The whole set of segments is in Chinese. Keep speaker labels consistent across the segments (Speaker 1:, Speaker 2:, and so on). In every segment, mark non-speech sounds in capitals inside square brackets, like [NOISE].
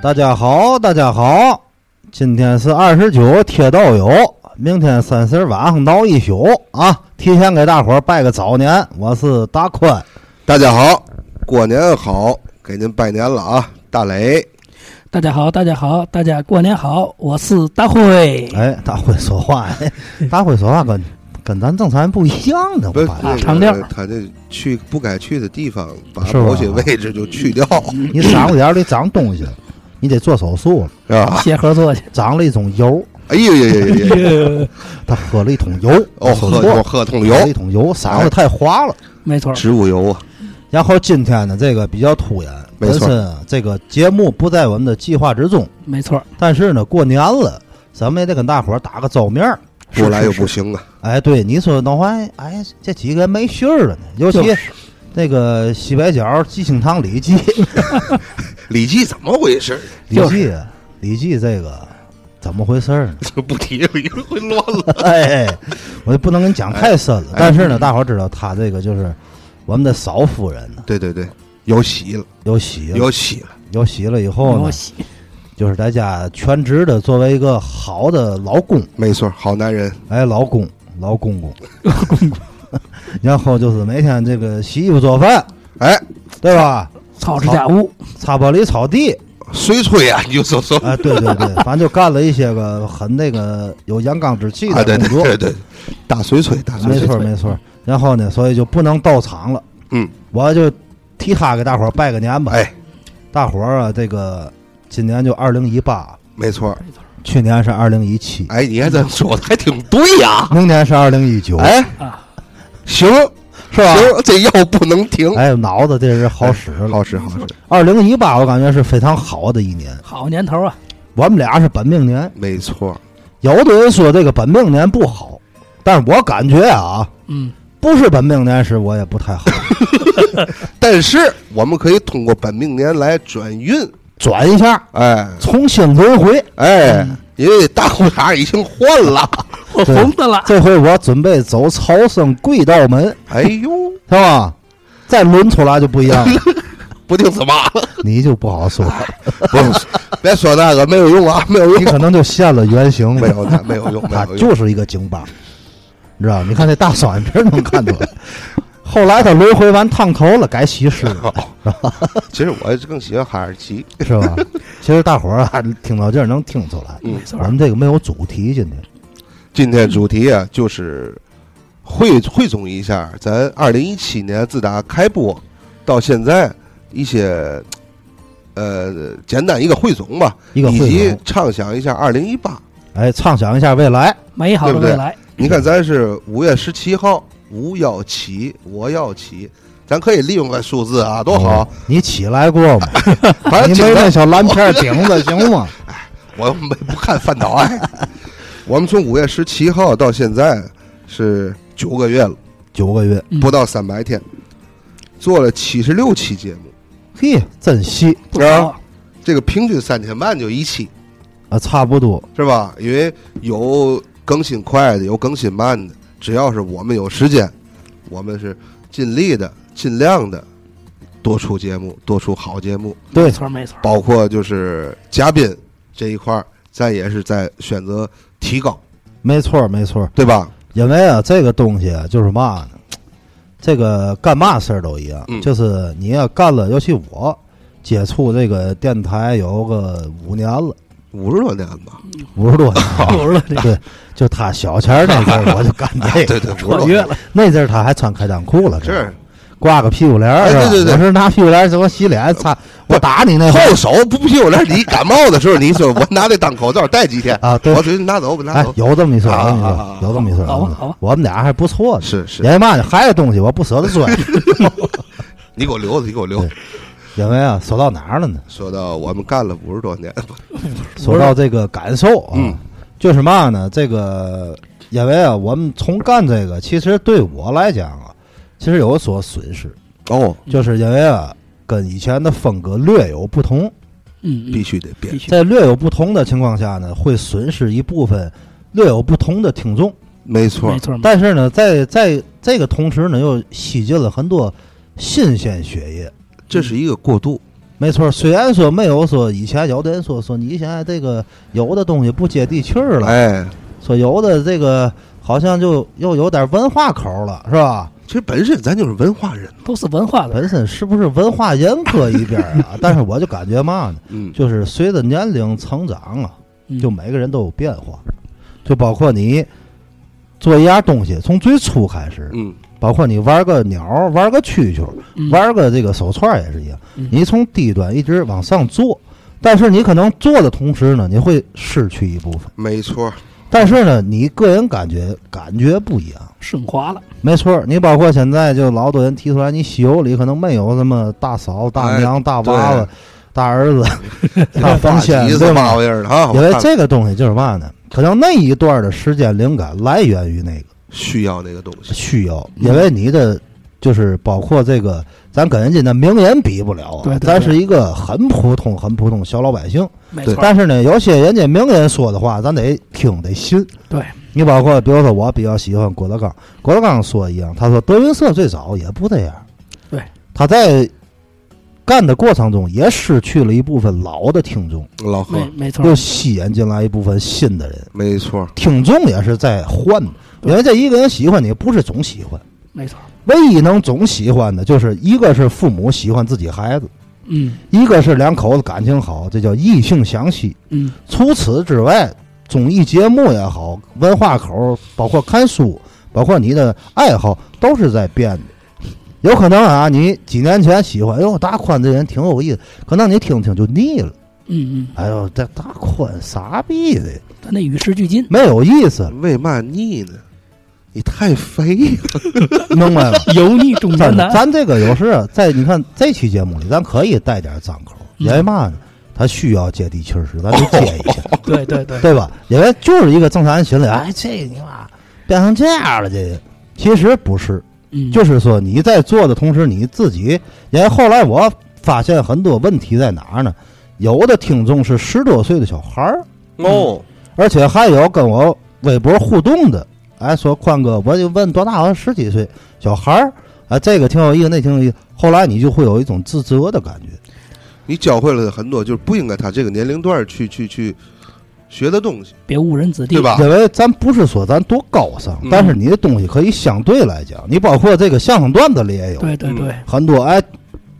Speaker 1: 大家好，大家好，今天是二十九铁道友，明天三十晚上闹一宿啊！提前给大伙儿拜个早年，我是大宽。
Speaker 2: 大家好，过年好，给您拜年了啊！大磊，
Speaker 3: 大家好，大家好，大家过年好，我是大辉。
Speaker 1: 哎，大辉说话，哎、大辉说话跟跟咱正常人不一样呢，
Speaker 2: 不
Speaker 1: 我
Speaker 2: 是
Speaker 1: 发
Speaker 2: 那
Speaker 1: 现
Speaker 2: 个
Speaker 3: 长调
Speaker 2: 他这去不该去的地方，把
Speaker 1: 是吧
Speaker 2: 某些位置就去
Speaker 1: [LAUGHS]
Speaker 2: 掉，
Speaker 1: 你嗓子眼儿里长东西了，你得做手术了，
Speaker 2: 是吧？
Speaker 3: 协合作去。
Speaker 1: 长了一种油，
Speaker 2: 哎呦呦呦呦！呦！
Speaker 1: 他喝了一桶油，
Speaker 2: 哦，
Speaker 1: 说
Speaker 2: 喝
Speaker 1: 错
Speaker 2: 桶
Speaker 1: 了
Speaker 2: 喝桶
Speaker 1: 喝
Speaker 2: 油，
Speaker 1: 了一桶油，嗓子太滑了。
Speaker 3: 没错，
Speaker 2: 哎植物油啊！
Speaker 1: 然后今天呢，这个比较突然，
Speaker 2: 没
Speaker 1: 本
Speaker 2: 错
Speaker 1: 身这个节目不在我们的计划之中。
Speaker 3: 没错，
Speaker 1: 但是呢，过年了，咱们也得跟大伙儿打个照面儿。
Speaker 2: 不来又
Speaker 1: 是
Speaker 2: 不
Speaker 1: 是
Speaker 2: 行啊！
Speaker 1: 哎，对，你说弄坏，哎，这几个人没信儿了呢。尤其
Speaker 3: 就是
Speaker 1: 那个西北角纪星堂李记，
Speaker 2: 李记怎么回事？ [LAUGHS]
Speaker 1: 李
Speaker 3: 就
Speaker 1: 记，啊李记这个怎么回事儿呢？ [LAUGHS]
Speaker 2: 这不提了，一会乱了。
Speaker 1: 哎，我就不能跟你讲太深了。
Speaker 2: 哎
Speaker 1: 但是呢，大伙儿知道他这个就是我们的嫂夫人呢，
Speaker 2: 对对对，有喜了，
Speaker 1: 有喜了，
Speaker 2: 有喜了，
Speaker 1: 有喜了以后呢
Speaker 3: 我，喜
Speaker 1: 就是在家全职的作为一个好的老公，
Speaker 2: 没错，好男人，
Speaker 1: 哎，老公，老公公， [LAUGHS] 然后就是每天这个洗衣服做饭，
Speaker 2: 哎，
Speaker 1: 对吧？
Speaker 3: 操持家务，
Speaker 1: 擦玻璃、扫地，
Speaker 2: 谁吹呀？啊你就说说
Speaker 1: 哎，对对对， [LAUGHS] 反正就干了一些个很那个有阳刚之气
Speaker 2: 啊！
Speaker 1: 的
Speaker 2: 对
Speaker 1: 工
Speaker 2: 对
Speaker 1: 作，
Speaker 2: 对对，大水吹，大水
Speaker 1: 没
Speaker 2: 吹，
Speaker 1: 错没错。然后呢，所以就不能到场了，
Speaker 2: 嗯，
Speaker 1: 我就替他给大伙儿拜个年吧。，
Speaker 2: 哎，
Speaker 1: 大伙儿啊，这个今年就二零一八，
Speaker 2: 没错，
Speaker 1: 去年是二零一七，
Speaker 2: 哎，你还这么说的还挺对
Speaker 1: [LAUGHS]
Speaker 2: 呀！
Speaker 1: 明年是二零一九，
Speaker 2: 哎
Speaker 3: 啊，
Speaker 2: 行
Speaker 1: 是吧？
Speaker 2: 行，这药不能停，
Speaker 1: 哎，脑子这是好使了。
Speaker 2: 好使好使，
Speaker 1: 二零一八，我感觉是非常好的一年。
Speaker 3: 好年头啊！
Speaker 1: 我们俩是本命年，
Speaker 2: 没错，
Speaker 1: 有的人说这个本命年不好，但是我感觉啊，
Speaker 3: 嗯，
Speaker 1: 不是本命年时我也不太
Speaker 2: [LAUGHS]
Speaker 1: 好，
Speaker 2: 但是我们可以通过本命年来转运，
Speaker 1: 转一下，
Speaker 2: 哎
Speaker 1: 重新轮回。
Speaker 2: 哎，
Speaker 1: 嗯
Speaker 2: 因为大裤衩已经换了，
Speaker 3: 我
Speaker 1: 对
Speaker 3: 红的了，
Speaker 1: 这回我准备走朝圣贵道门，
Speaker 2: 哎呦，
Speaker 1: 是吧？再轮出来就不一样
Speaker 2: [LAUGHS]
Speaker 1: 了，
Speaker 2: 不定怎么了，
Speaker 1: 你就不好说，
Speaker 2: 不用别说那个没有用啊，没有
Speaker 1: 你
Speaker 2: 用，
Speaker 1: 可啊能就现了原形
Speaker 2: 没
Speaker 1: 了。
Speaker 2: 有的，没有用，没
Speaker 1: 他
Speaker 2: 有用，
Speaker 1: 就是一个京巴，你知道？你看这大双眼皮儿能看出来。后来他轮回完烫头了，改西施了。
Speaker 2: 其实我更喜欢哈士奇，
Speaker 1: 是
Speaker 2: [LAUGHS]
Speaker 1: 吧？其实大伙儿啊，听到这儿能听出来，
Speaker 2: 嗯
Speaker 3: 没错
Speaker 1: 我，们这个没有主题，今天
Speaker 2: 今天主题啊就是汇汇总一下咱二零一七年自打开播到现在一些呃简单一个汇总吧，
Speaker 1: 一个
Speaker 2: 以
Speaker 1: 汇
Speaker 2: 及
Speaker 1: 总，
Speaker 2: 畅想一下二零一八。
Speaker 1: 哎，畅想一下未来，
Speaker 3: 美好的
Speaker 2: 对不对
Speaker 3: 未来，
Speaker 2: 你看，咱是五月十七号，吴要起，我要起，咱可以利用个数字啊，多好啊
Speaker 1: 哦！！你起来过
Speaker 2: [LAUGHS]
Speaker 1: 吗？
Speaker 2: 反正
Speaker 1: 你
Speaker 2: 今
Speaker 1: 没那
Speaker 2: 天
Speaker 1: 小蓝片儿顶着 [LAUGHS] 行吗？
Speaker 2: 我又没不看范导爱。我们从五月十七号到现在是九个月了，
Speaker 1: 九个月，
Speaker 3: 嗯
Speaker 2: 不到三百天，做了七十六期节目。
Speaker 1: 嘿，真细
Speaker 3: 不错，
Speaker 2: 这个平均三天半就一期，
Speaker 1: 啊，差不多。
Speaker 2: 是吧？因为有更新快的，有更新慢的，只要是我们有时间，我们是尽力的、尽量的多出节目，多出好节目，
Speaker 1: 对
Speaker 3: 没，错没错，
Speaker 2: 包括就是嘉宾这一块儿，咱也是在选择提高，
Speaker 1: 没错儿，没错儿。
Speaker 2: 对吧？
Speaker 1: 因为啊，这个东西啊就是嘛呢，这个干嘛事儿都一样，
Speaker 2: 嗯
Speaker 1: 就是你要干了，尤其我接触这个电台有个五年了，
Speaker 2: 五十多年吧，
Speaker 1: 五十
Speaker 2: [LAUGHS]
Speaker 1: 多年了。
Speaker 3: 不了这
Speaker 1: 对，就他小钱儿那阵儿，我就干这个。
Speaker 2: 对对，五十
Speaker 3: 穿
Speaker 2: 多
Speaker 3: 越
Speaker 2: 年
Speaker 3: 了，
Speaker 1: 那阵儿他还穿开裆裤了，这 [LAUGHS]
Speaker 2: 是
Speaker 1: 挂个屁股帘儿。
Speaker 2: 哎
Speaker 1: 是吧
Speaker 2: 对对对
Speaker 1: 我是拿屁股帘儿给我洗脸，擦，我打你那会儿
Speaker 2: 后手不屁股脸，你感冒的时候，你说我拿这当口罩戴几天，
Speaker 1: 啊，对
Speaker 2: [LAUGHS] 我，直接拿走吧，拿
Speaker 1: 哎
Speaker 2: 走，，
Speaker 1: 有这么一说，
Speaker 2: 啊
Speaker 1: 有这么一
Speaker 2: 啊啊啊
Speaker 1: 说，有这么一说，
Speaker 3: 好
Speaker 1: 有这么
Speaker 3: 吧
Speaker 1: 一说
Speaker 3: 好吧
Speaker 1: 我们俩还不错呢，
Speaker 2: 是是
Speaker 1: 因，为嘛呢，还有东西我不舍得
Speaker 2: [LAUGHS]
Speaker 1: 摔，
Speaker 2: 你给我留着，你给我留着。
Speaker 1: 因为啊，说到哪儿了呢？
Speaker 2: 说到我们干了五十多年，
Speaker 1: 说到这个感受啊，
Speaker 2: 嗯
Speaker 1: 就是嘛呢，这个因为啊，我们从干这个，其实对我来讲啊，其实有所损失，
Speaker 2: 哦，
Speaker 1: 就是因为啊，跟以前的风格略有不同。
Speaker 3: 嗯，嗯
Speaker 2: 必须得变
Speaker 3: 必，须
Speaker 1: 在略有不同的情况下呢，会损失一部分略有不同的听众。
Speaker 2: 没错
Speaker 3: 没，错，
Speaker 1: 但是呢，在在这个同时呢，又吸进了很多新鲜血液。
Speaker 2: 这是一个过渡，
Speaker 1: 没错，虽然说没有说以前有的人说说你现在这个有的东西不接地气儿了，
Speaker 2: 哎，
Speaker 1: 说有的这个好像就又有点文化口了，是吧？
Speaker 2: 其实本身咱就是文化人，
Speaker 3: 都是文化的。
Speaker 1: 本身是不是文化严苛一边儿啊？但是我就感觉嘛呢，
Speaker 2: 嗯，
Speaker 1: 就是随着年龄成长啊，
Speaker 3: 嗯
Speaker 1: 就每个人都有变化，就包括你做一样东西，从最初开始，
Speaker 2: 嗯，
Speaker 1: 包括你玩个鸟儿、玩个蛐蛐儿、
Speaker 3: 嗯
Speaker 1: 玩个这个手串儿也是一样
Speaker 3: 嗯，
Speaker 1: 你从低端一直往上做，但是你可能做的同时呢，你会失去一部分，
Speaker 2: 没错，
Speaker 1: 但是呢，你个人感觉感觉不一样。
Speaker 3: 升华了，
Speaker 1: 没错儿，你包括现在就老多人提出来，你西游里可能没有什么大嫂、大娘、大娃
Speaker 2: 哎对
Speaker 1: 娃、大儿
Speaker 2: [LAUGHS]
Speaker 1: 子、大
Speaker 2: 大
Speaker 1: 房仙，对
Speaker 2: 吉子嘛
Speaker 1: 吗？
Speaker 2: 玩意儿的啊，
Speaker 3: 哦
Speaker 1: 因
Speaker 2: 我
Speaker 1: 为
Speaker 2: 看
Speaker 1: 这个东西就是嘛呢？可能那一段的时间灵感来源于那个
Speaker 2: 需要那个东西，
Speaker 1: 需要，
Speaker 3: 嗯
Speaker 1: 因为你的就是包括这个，咱跟人家那名人比不了啊，
Speaker 3: 对对对
Speaker 1: 咱是一个很普通、很普通小老百姓。
Speaker 3: 没
Speaker 2: 对
Speaker 3: 错儿，
Speaker 1: 但是呢，有些人家名人说的话，咱得听得信。
Speaker 3: 对，
Speaker 1: 你包括比如说我比较喜欢郭德纲，郭德纲说一样，他说德云社最早也不这样，
Speaker 3: 对，
Speaker 1: 他在干的过程中也失去了一部分老的听众，
Speaker 2: 老
Speaker 3: 没
Speaker 2: 贺，
Speaker 3: 没错儿
Speaker 1: 又，吸引进来一部分新的人，
Speaker 2: 嗯没错，
Speaker 1: 听众也是在换的，因为这一个人喜欢你不是总喜欢，
Speaker 3: 没错儿，
Speaker 1: 唯一能总喜欢的就是一个是父母喜欢自己孩子，
Speaker 3: 嗯
Speaker 1: 一个是两口子感情好，这叫异性相吸。
Speaker 3: 嗯，
Speaker 1: 除此之外，综艺节目也好，文化口，包括看书，包括你的爱好，都是在变的。有可能啊，你几年前喜欢，哟，大宽这人挺有意思，可能你听听就腻了。
Speaker 3: 嗯嗯，
Speaker 1: 哎呦，这大宽傻逼的，
Speaker 3: 咱那与时俱进，
Speaker 1: 没有意思了，
Speaker 2: 为嘛腻呢？你太肥了，
Speaker 1: 明白吗？
Speaker 3: 油腻中
Speaker 1: [LAUGHS] 真
Speaker 3: 年
Speaker 1: 的，
Speaker 3: 男，
Speaker 1: 咱这个有时啊在你看这期节目里，咱可以带点脏口，因为嘛呢？他需要接地气儿时，咱就接一下， [LAUGHS]
Speaker 3: 对对对，
Speaker 1: 对吧？因为就是一个正常人心里，哎，这你妈变成这样了，这其实不是，
Speaker 3: 嗯，
Speaker 1: 就是说你在做的同时，你自己，因为后来我发现很多问题在哪儿呢？有的听众是十多岁的小孩儿，
Speaker 2: 哦，
Speaker 1: 而且还有跟我微博互动的，哎，说宽哥，我就问多大，我说十几岁小孩儿，哎，这个挺有意思，那挺有意思。后来你就会有一种自责的感觉，
Speaker 2: 你教会了很多，就是不应该他这个年龄段儿去去去学的东西，
Speaker 3: 别误人子弟，
Speaker 2: 对？吧？
Speaker 1: 因为咱不是说咱多高尚
Speaker 2: 啊嗯，
Speaker 1: 但是你的东西可以相对来讲，你包括这个相声段子里也有
Speaker 3: 对对对，
Speaker 1: 很多，哎，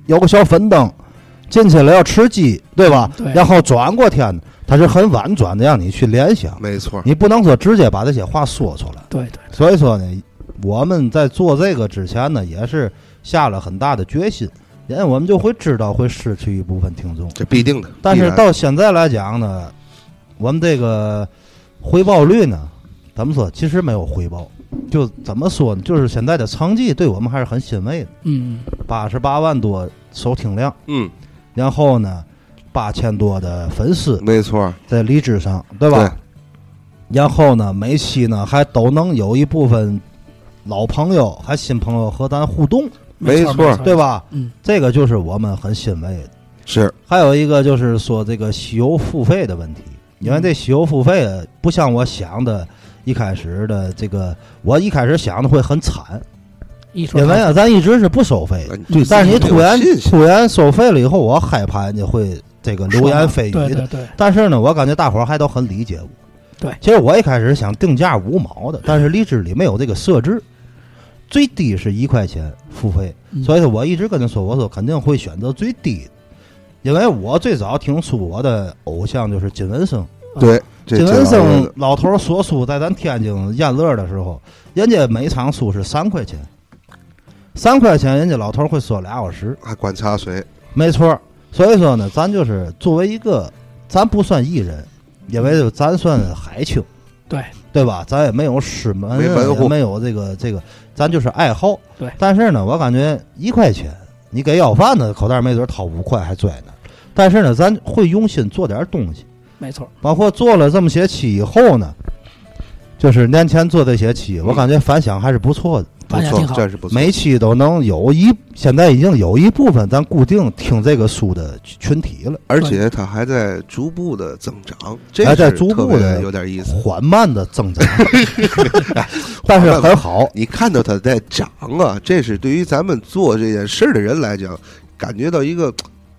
Speaker 1: 有个小粉灯进去了要吃鸡，对吧？
Speaker 3: 对
Speaker 1: 然后转过天，它是很婉转的让你去联想，
Speaker 2: 没错，
Speaker 1: 你不能说直接把这些话说出来。
Speaker 3: 对对，
Speaker 1: 所以说呢，我们在做这个之前呢，也是下了很大的决心，因为我们就会知道会失去一部分听众。
Speaker 2: 这必定的。
Speaker 1: 但
Speaker 2: 必
Speaker 1: 是
Speaker 2: 然
Speaker 1: 到现在来讲呢，我们这个回报率呢，怎么说？其实没有回报，就怎么说呢？就是现在的成绩对我们还是很欣慰的，
Speaker 3: 嗯，
Speaker 1: 八十八万多收听量，
Speaker 2: 嗯，
Speaker 1: 然后呢，八千多的粉丝
Speaker 2: 没错，
Speaker 1: 在荔枝上，对吧？然后呢，每期呢还都能有一部分老朋友还新朋友和咱互动，
Speaker 2: 没
Speaker 3: 错
Speaker 2: 错
Speaker 3: 没错，
Speaker 1: 对？吧？
Speaker 3: 嗯，
Speaker 1: 这个就是我们很欣慰的。
Speaker 2: 是
Speaker 1: 还有一个就是说这个西游付费的问题，因为
Speaker 2: 嗯
Speaker 1: 这西游付费不像我想的一开始的这个，我一开始想的会很惨，
Speaker 3: 一说
Speaker 1: 因为
Speaker 3: 到
Speaker 1: 啊，咱一直是不收费的，
Speaker 2: 呃对自己
Speaker 1: 但是你
Speaker 2: 没有
Speaker 1: 突然
Speaker 2: 信心
Speaker 1: 突然收费了以后，我害怕人家会这个流言蜚语
Speaker 3: 对
Speaker 1: 的。
Speaker 3: 对对，
Speaker 1: 但是呢，我感觉大伙儿还都很理解我。
Speaker 3: 对
Speaker 1: 其实我一开始想定价五毛的，但是荔枝里没有这个设置，最低是一块钱付费，
Speaker 3: 嗯
Speaker 1: 所以说我一直跟他说，我说肯定会选择最低的，因为我最早听书我的偶像就是金文生，
Speaker 2: 对这
Speaker 1: 金文
Speaker 2: 这玩意
Speaker 1: 生
Speaker 2: 儿
Speaker 1: 老头儿说书在咱天津宴乐的时候，人家每场书是三块钱，三块钱人家老头儿会说俩小时，
Speaker 2: 还管茶水，
Speaker 1: 没错儿，所以说呢，咱就是作为一个，咱不算艺人，因为咱算海青，
Speaker 3: 对
Speaker 1: 对吧？咱也没有师门，啊
Speaker 2: 没门户
Speaker 1: 也没有这个这个，咱就是爱好。
Speaker 3: 对
Speaker 1: 但是呢，我感觉一块钱，你给要饭的口袋没准掏五块还拽呢。但是呢，咱会用心做点东西，
Speaker 3: 没错儿，
Speaker 1: 包括做了这么些期以后呢，就是年前做这些期，我感觉反响还是不错的。
Speaker 2: 不
Speaker 3: 反响
Speaker 2: 错
Speaker 3: 挺，好
Speaker 2: 这是嗯不错，
Speaker 1: 每期都能有一，现在已经有一部分咱固定听这个书的群体了，
Speaker 2: 而且它还在逐步的增长，这
Speaker 1: 还在
Speaker 2: 是
Speaker 1: 逐
Speaker 2: 特
Speaker 1: 步
Speaker 2: 别
Speaker 1: 地
Speaker 2: 有点意思。
Speaker 1: 缓慢的增
Speaker 2: [LAUGHS]
Speaker 1: 长，但是很好。
Speaker 2: 你看到它在涨啊，这是对于咱们做这件事儿的人来讲，感觉到一个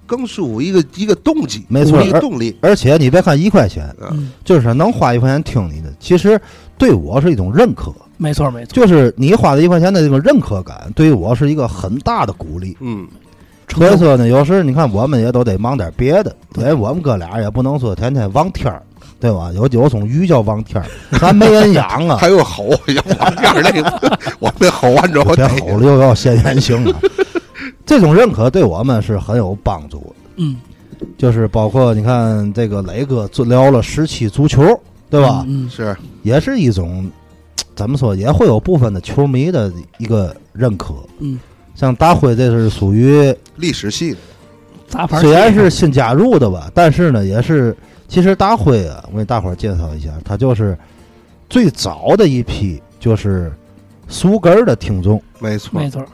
Speaker 2: 更是我一个一个动机，
Speaker 1: 没错
Speaker 2: 一个动力。
Speaker 1: 而且你别看一块钱，
Speaker 3: 嗯，
Speaker 1: 就是能花一块钱听你的，其实对我是一种认可，
Speaker 3: 没错没错，
Speaker 1: 就是你花的一块钱的这个认可感，对于我是一个很大的鼓励。
Speaker 2: 嗯，
Speaker 1: 所以说呢，有时你看我们也都得忙点别的，因为我们哥俩也不能说天天望天儿，对吧？有有种鱼叫望天儿，咱没人养啊，
Speaker 2: [LAUGHS] 还有吼，要往这儿那个，我们吼完之后，
Speaker 1: 别吼了又要现原形
Speaker 2: [LAUGHS]
Speaker 1: 了。这种认可对我们是很有帮助的。
Speaker 3: 嗯，
Speaker 1: 就是包括你看这个雷哥做聊了十期足球，对吧？
Speaker 3: 嗯，嗯
Speaker 2: 是
Speaker 1: 也是一种怎么说，也会有部分的球迷的一个认可。
Speaker 3: 嗯，
Speaker 1: 像大辉这是属于
Speaker 2: 历史系的，
Speaker 3: 杂牌儿
Speaker 1: 虽然是新加入的吧，但是呢，也是其实大辉啊，我给大伙儿介绍一下，他就是最早的一批就是苏根儿的听众
Speaker 2: 没错，
Speaker 3: 没错儿，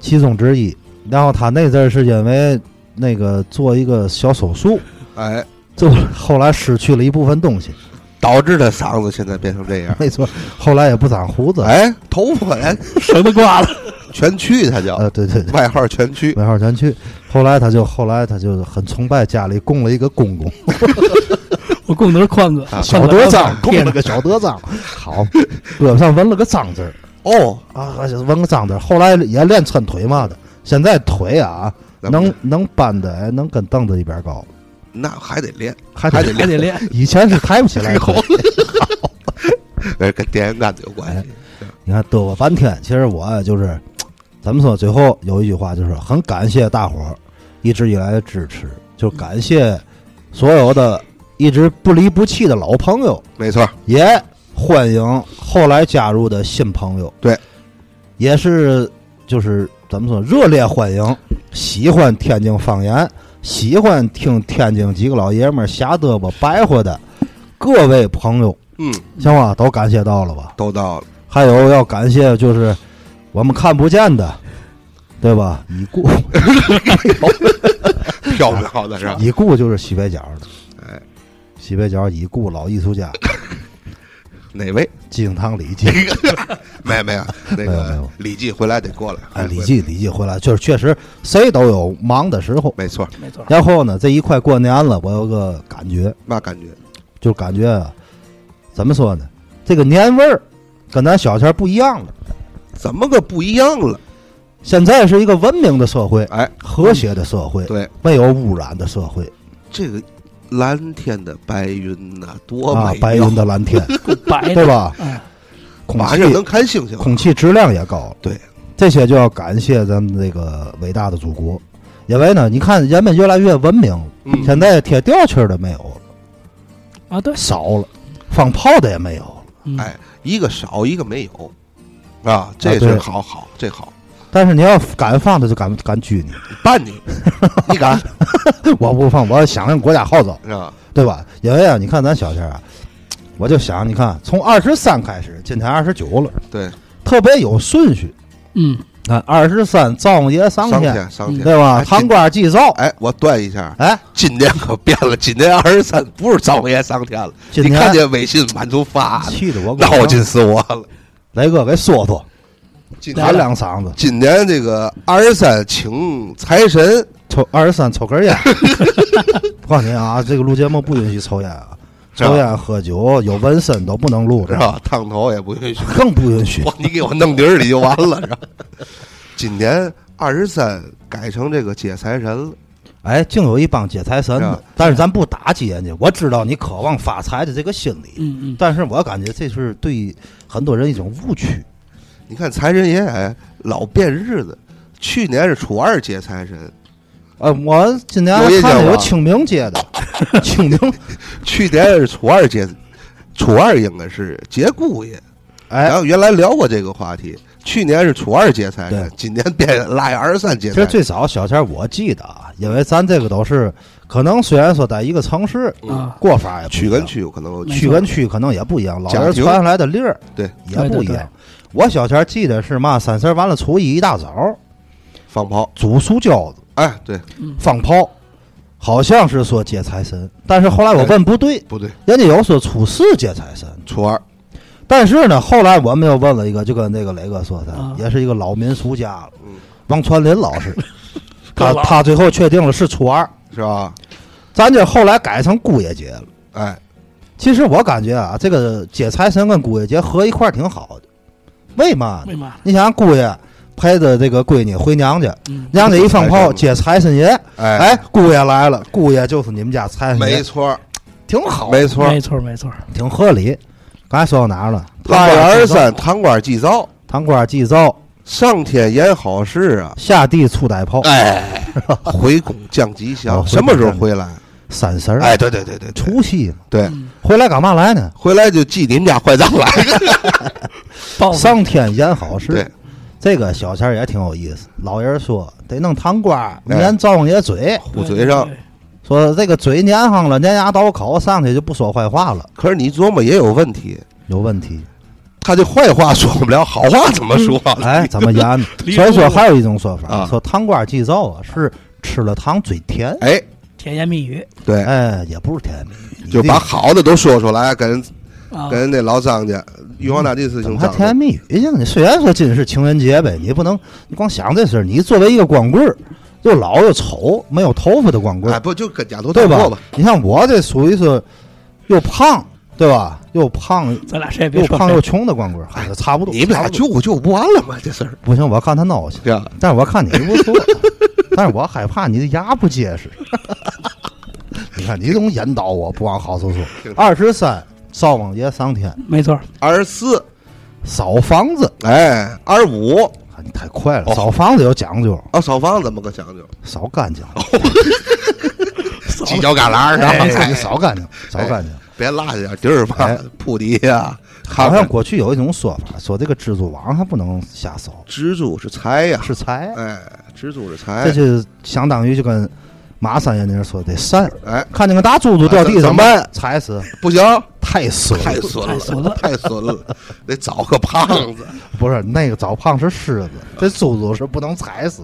Speaker 1: 其中之一。然后他那阵儿是因为那个做一个小手术，
Speaker 2: 哎，
Speaker 1: 就后来失去了一部分东西。
Speaker 2: 导致他嗓子现在变成这
Speaker 1: [LAUGHS]
Speaker 2: 样。
Speaker 1: 没错，后来也不长胡子。
Speaker 2: 哎，头发哎，
Speaker 3: 绳子挂
Speaker 1: [LAUGHS]
Speaker 3: 了，
Speaker 2: 全区他叫
Speaker 1: 啊，对对对，
Speaker 2: 外号全区，
Speaker 1: 外号全去。后来他就后来他就很崇拜家里供了一个公公，
Speaker 3: 我供的是宽哥
Speaker 2: 啊，
Speaker 1: 小德章， [LAUGHS] 供
Speaker 3: 天
Speaker 1: 了个小德章，好，胳膊上纹了个章字儿
Speaker 2: 哦，
Speaker 1: 啊，纹个章字儿。后来也练抻腿嘛的，现在腿啊
Speaker 2: 咱们
Speaker 1: 能能搬的，哎能跟凳子一边高，
Speaker 2: 那还得 [LAUGHS] 练，
Speaker 1: 还
Speaker 2: 还得
Speaker 3: 还
Speaker 1: [LAUGHS]
Speaker 3: 得练，
Speaker 1: 以前是抬不起来
Speaker 2: 这
Speaker 1: 腿。
Speaker 2: 口，哎，跟电线杆子有关
Speaker 1: 哎
Speaker 2: 系。
Speaker 1: 你看嘚啵半天，其实我啊就是怎么说，最后有一句话就是很感谢大伙儿一直以来的支持，就感谢所有的一直不离不弃的老朋友，
Speaker 2: 没错，
Speaker 1: 也欢迎后来加入的新朋友。
Speaker 2: 对，
Speaker 1: 也是就是怎么说，热烈欢迎喜欢天津方言、喜欢听天津几个老爷们儿瞎嘚啵白活的各位朋友，
Speaker 2: 嗯，
Speaker 1: 行吧，都感谢到了吧？
Speaker 2: 都到了，
Speaker 1: 还有要感谢就是我们看不见的，对吧？已故
Speaker 2: 漂漂的是吧？
Speaker 1: [LAUGHS] 已故就是西北角的，
Speaker 2: 哎，
Speaker 1: 西北角已故老艺术
Speaker 2: [LAUGHS]
Speaker 1: 家
Speaker 2: 哪位？
Speaker 1: 金井堂李
Speaker 2: 哎
Speaker 1: 记，
Speaker 2: 没
Speaker 1: [LAUGHS]
Speaker 2: 有没有，那
Speaker 1: 没有没
Speaker 2: 个
Speaker 1: 有
Speaker 2: 李记回来得过来，
Speaker 1: 哎，李
Speaker 2: 回来，
Speaker 1: 记李记回来，就是确实谁都有忙的时候。
Speaker 2: 没错，
Speaker 1: [LAUGHS]
Speaker 3: 没错儿，
Speaker 1: 然后呢，这一快过年了，我有个感觉，
Speaker 2: 那感觉
Speaker 1: 就感觉啊怎么说呢，这个年味儿跟咱小前儿不一样了。
Speaker 2: 怎么个不一样了？
Speaker 1: 现在是一个文明的社会，
Speaker 2: 哎，
Speaker 1: 和谐的社会，
Speaker 2: 对，
Speaker 1: 没有污染的社会
Speaker 2: 这个蓝天的白云呐，多
Speaker 1: 啊
Speaker 2: 美，
Speaker 1: 白
Speaker 2: 妙
Speaker 1: 云的蓝天，
Speaker 3: 白
Speaker 1: 对
Speaker 3: 的，
Speaker 1: 吧？
Speaker 3: 哎，
Speaker 1: 空
Speaker 2: 晚
Speaker 1: 气
Speaker 2: 上能看星啊星，
Speaker 1: 空气质量也高了。
Speaker 2: 对，
Speaker 1: 这些就要感谢咱们这个伟大的祖国，因为呢，你看人们越来越文明，
Speaker 2: 嗯
Speaker 1: 现在贴吊气儿的没有了，
Speaker 3: 啊对，
Speaker 1: 少了，放炮的也没有了。
Speaker 3: 嗯
Speaker 2: 哎，一个少一个没有，啊，这
Speaker 1: 对
Speaker 2: 是好好，这好，
Speaker 1: 但是你要敢放，他就敢敢拘你；
Speaker 2: 办你，
Speaker 1: [LAUGHS]
Speaker 2: 你敢
Speaker 1: 我不放，我响应国家号召，
Speaker 2: 是吧？
Speaker 1: 对吧？因为啊，你看咱小天啊，我就想，你看从二十三开始，今天二十九了，
Speaker 2: 对，
Speaker 1: 特别有顺序。
Speaker 3: 嗯，
Speaker 1: 看二十三灶王爷上
Speaker 2: 上天上天，
Speaker 1: 对吧？
Speaker 2: 哎
Speaker 1: 糖
Speaker 2: 今
Speaker 1: 瓜祭灶，
Speaker 2: 哎，我断一下，
Speaker 1: 哎，
Speaker 2: 今年可变了，今年二十三不是灶爷上天了，
Speaker 1: 今
Speaker 2: 你看
Speaker 1: 年
Speaker 2: 见微信满族发的，
Speaker 1: 哎气得我
Speaker 2: 闹
Speaker 1: 我
Speaker 2: 劲死我了。
Speaker 1: 雷哥给说说，
Speaker 2: 今
Speaker 1: 喊
Speaker 2: 年
Speaker 1: 两嗓子。
Speaker 2: 今年这个二十三请财神，
Speaker 1: 抽二十三抽根烟。 [LAUGHS] 我告诉你啊，这个录节目不允许抽烟啊，
Speaker 2: 是吧
Speaker 1: 抽烟喝酒有纹身都不能录，
Speaker 2: 是？吧？烫头也不允许，
Speaker 1: 更不允许。
Speaker 2: 我你给我弄底儿里就完了，是吧？今年二十三改成这个接财神了，
Speaker 1: 哎，竟有一帮接财神
Speaker 2: 是
Speaker 1: 的
Speaker 2: 吧，
Speaker 1: 但是咱不打击人家。我知道你渴望发财的这个心理，
Speaker 3: 嗯嗯，
Speaker 1: 但是我感觉这是对很多人一种误区。
Speaker 2: 你看财神爷哎，老变日子，去年是初二接财神，
Speaker 1: 呃，我今年
Speaker 2: 有印象
Speaker 1: 看见有
Speaker 2: 吧
Speaker 1: 清明节
Speaker 2: [LAUGHS]
Speaker 1: 的，清明，
Speaker 2: 去年是初二接，初二应该是接姑爷。然
Speaker 1: 哎，
Speaker 2: 后原来聊过这个话题，去年是初二接财神
Speaker 1: 对，
Speaker 2: 今年变腊月二十三接
Speaker 1: 其实
Speaker 2: 财神。
Speaker 1: 最早小前我记得啊，因为咱这个都是可能虽然说在一个城市
Speaker 2: 嗯
Speaker 3: 啊
Speaker 1: 过法也不一样
Speaker 2: 区跟区有可能有区
Speaker 1: 区跟区可能也不一样，老
Speaker 2: 讲
Speaker 1: 人
Speaker 2: 究
Speaker 1: 传下来的粒儿
Speaker 2: 对
Speaker 1: 也
Speaker 3: 对
Speaker 1: 不
Speaker 3: 对
Speaker 1: 一
Speaker 3: 对
Speaker 1: 样。我小前记得是嘛，三十完了初一一大早
Speaker 2: 放炮，
Speaker 1: 煮熟饺子
Speaker 2: 哎，对，
Speaker 3: 嗯
Speaker 1: 放炮，好像是说接财神，但是后来我问不对，
Speaker 2: 不对，
Speaker 1: 人家有说初四接财神，
Speaker 2: 初二
Speaker 1: 但是呢，后来我们又问了一个，就跟那个雷哥说的
Speaker 3: 啊，
Speaker 1: 也是一个老民俗家了
Speaker 2: 嗯， [LAUGHS]
Speaker 1: 王传林老师，他
Speaker 3: 高老
Speaker 1: 他最后确定了是初二，
Speaker 2: 是吧？
Speaker 1: 咱这后来改成姑爷节了。
Speaker 2: 哎，
Speaker 1: 其实我感觉啊，这个接财神跟姑爷节合一块儿挺好的，为嘛呢？
Speaker 3: 为嘛？
Speaker 1: 你想姑爷陪着这个闺女回娘家，
Speaker 3: 嗯，
Speaker 1: 娘家一放炮
Speaker 2: 接
Speaker 1: 接财神爷，
Speaker 2: 哎
Speaker 1: 哎，姑爷来了，姑爷就是你们家财神
Speaker 2: 没
Speaker 1: 爷，
Speaker 2: 错儿，
Speaker 1: 挺好，
Speaker 2: 没错儿。
Speaker 3: 没错没错，
Speaker 1: 挺合理。刚才说到哪儿了？
Speaker 2: 大
Speaker 1: 唐官
Speaker 2: 元
Speaker 1: 祭灶
Speaker 2: 山堂官祭灶，
Speaker 1: 堂官祭灶，
Speaker 2: 上天言好事啊！
Speaker 1: 下地出歹炮，
Speaker 2: 哎，回宫降吉
Speaker 1: 哦
Speaker 2: 祥，
Speaker 1: 回
Speaker 2: 什么时候
Speaker 1: 宫
Speaker 2: 回来？
Speaker 1: 三十儿，
Speaker 2: 哎，对对对对，对
Speaker 1: 除夕嘛，
Speaker 2: 对，
Speaker 3: 嗯
Speaker 1: 回来干嘛来呢？
Speaker 2: 回来就记你们家坏账来了。
Speaker 3: 报复
Speaker 1: 上天言好
Speaker 2: 对
Speaker 1: 事，，这个小钱儿也挺有意思。老人说得弄糖瓜儿，
Speaker 2: 哎
Speaker 1: 粘灶王爷嘴，
Speaker 2: 虎嘴上。
Speaker 3: 对对
Speaker 1: 说这个嘴粘上了，粘牙倒口，上去就不说坏话了，
Speaker 2: 可是你琢磨也有问题，
Speaker 1: 有问题。
Speaker 2: 他这坏话说不了，好话怎么说？ [LAUGHS]
Speaker 1: 哎，怎么言呢？
Speaker 3: 离
Speaker 1: 所以
Speaker 3: 谱
Speaker 1: 说还有一种说
Speaker 2: 啊
Speaker 1: 法，说糖瓜儿祭灶啊是吃了糖嘴甜，
Speaker 2: 哎，
Speaker 3: 甜言蜜语
Speaker 2: 对，
Speaker 1: 哎，也不是甜蜜，你
Speaker 2: 就
Speaker 1: 这
Speaker 2: 把好的都说出来，跟
Speaker 3: 啊，
Speaker 2: 跟那老张家玉皇大帝事
Speaker 1: 怎
Speaker 2: 情
Speaker 1: 么还
Speaker 2: 张
Speaker 1: 甜言蜜语去呢？你虽然说今是情人节呗，你不能你光想这事儿。你作为一个光棍儿，又老又丑，没有头发的光棍
Speaker 2: 哎，
Speaker 1: 儿，
Speaker 2: 不就跟丫头
Speaker 1: 对
Speaker 2: 大过
Speaker 1: 吧？？你像我这属于是又胖，对吧？又
Speaker 2: [LAUGHS]
Speaker 1: 胖
Speaker 3: 咱俩谁也别
Speaker 1: 又
Speaker 3: 说
Speaker 1: 胖
Speaker 3: 谁
Speaker 1: 又穷的光棍儿，还是差不多。
Speaker 2: 哎你们俩
Speaker 1: 差不多
Speaker 2: 救就不完了吗？这事儿，
Speaker 1: 不行，我看他闹去。
Speaker 2: 对吧？
Speaker 1: 但是我看你不错，啊 [LAUGHS] 但是我害怕你的牙不结实。 [LAUGHS] 你看，你总引导我不往好处说。二十三，灶王爷上天
Speaker 3: 没错，
Speaker 2: 二十四，
Speaker 1: 扫房子，
Speaker 2: 哎，二十五，
Speaker 1: 啊你太快了，
Speaker 2: 哦
Speaker 1: 扫房子有讲究，
Speaker 2: 啊，扫房怎么个讲究？
Speaker 1: 扫干净。
Speaker 2: 哦犄角旮旯儿
Speaker 1: 然后
Speaker 2: 是吧？
Speaker 1: 你哎扫干净，扫干净。
Speaker 2: 哎别落下点地儿吧
Speaker 1: 哎，
Speaker 2: 铺地下。哎看
Speaker 1: 好像
Speaker 2: 看
Speaker 1: 过去有一种说法，说这个蜘蛛网还不能瞎扫，
Speaker 2: 蜘蛛是财呀，
Speaker 1: 是财，
Speaker 2: 哎，蜘蛛是
Speaker 1: 这
Speaker 2: 财，
Speaker 1: 就相当于就跟马三爷那人说的善，
Speaker 2: 哎，
Speaker 1: 看见个大猪猪掉地
Speaker 2: 哎怎
Speaker 1: 上，
Speaker 2: 么办
Speaker 1: 踩死，
Speaker 2: 不行，
Speaker 1: 太损了。
Speaker 2: [LAUGHS] 太损
Speaker 3: 太损
Speaker 2: 了，
Speaker 3: 了
Speaker 2: 太损了，得找个胖子，
Speaker 1: 不是那个找胖是狮子，
Speaker 2: 啊
Speaker 1: 这猪猪是不能踩死。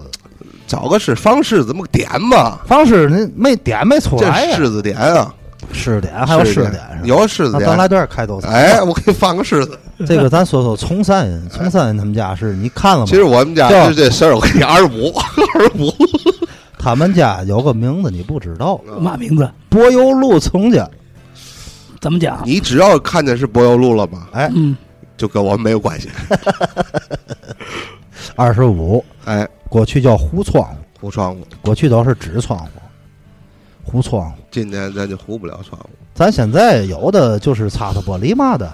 Speaker 2: 找个是方式怎么点吧？
Speaker 1: 方式那没点没出
Speaker 2: 这
Speaker 1: 来呀，
Speaker 2: 狮子点啊，
Speaker 1: 是点还有
Speaker 2: 狮
Speaker 1: 是
Speaker 2: 子
Speaker 1: 点是吧啊
Speaker 2: 有狮子
Speaker 1: 那咱
Speaker 2: 点。
Speaker 1: 来段开头词。
Speaker 2: 哎，我给你放个狮子。
Speaker 1: 这个咱说说崇山人，崇山人他们家是你看了吗？
Speaker 2: 其实我们家
Speaker 1: 叫
Speaker 2: 就这事儿，我给你二十五， [LAUGHS] 二十五。
Speaker 1: 他们家有个名字你不知道，
Speaker 3: 嘛名字？
Speaker 1: 柏油路崇家。
Speaker 3: 怎么讲？
Speaker 2: 你只要看见是柏油路了吧，
Speaker 1: 哎，
Speaker 3: 嗯，
Speaker 2: 就跟我们没
Speaker 1: [LAUGHS]
Speaker 2: 有关系。
Speaker 1: 二十五，
Speaker 2: 哎，
Speaker 1: 过去叫糊窗户，
Speaker 2: 糊窗户，
Speaker 1: 过去都是纸窗户，糊窗户。
Speaker 2: 今年咱就糊不了窗户。
Speaker 1: 咱现在有的就是擦擦玻璃嘛的，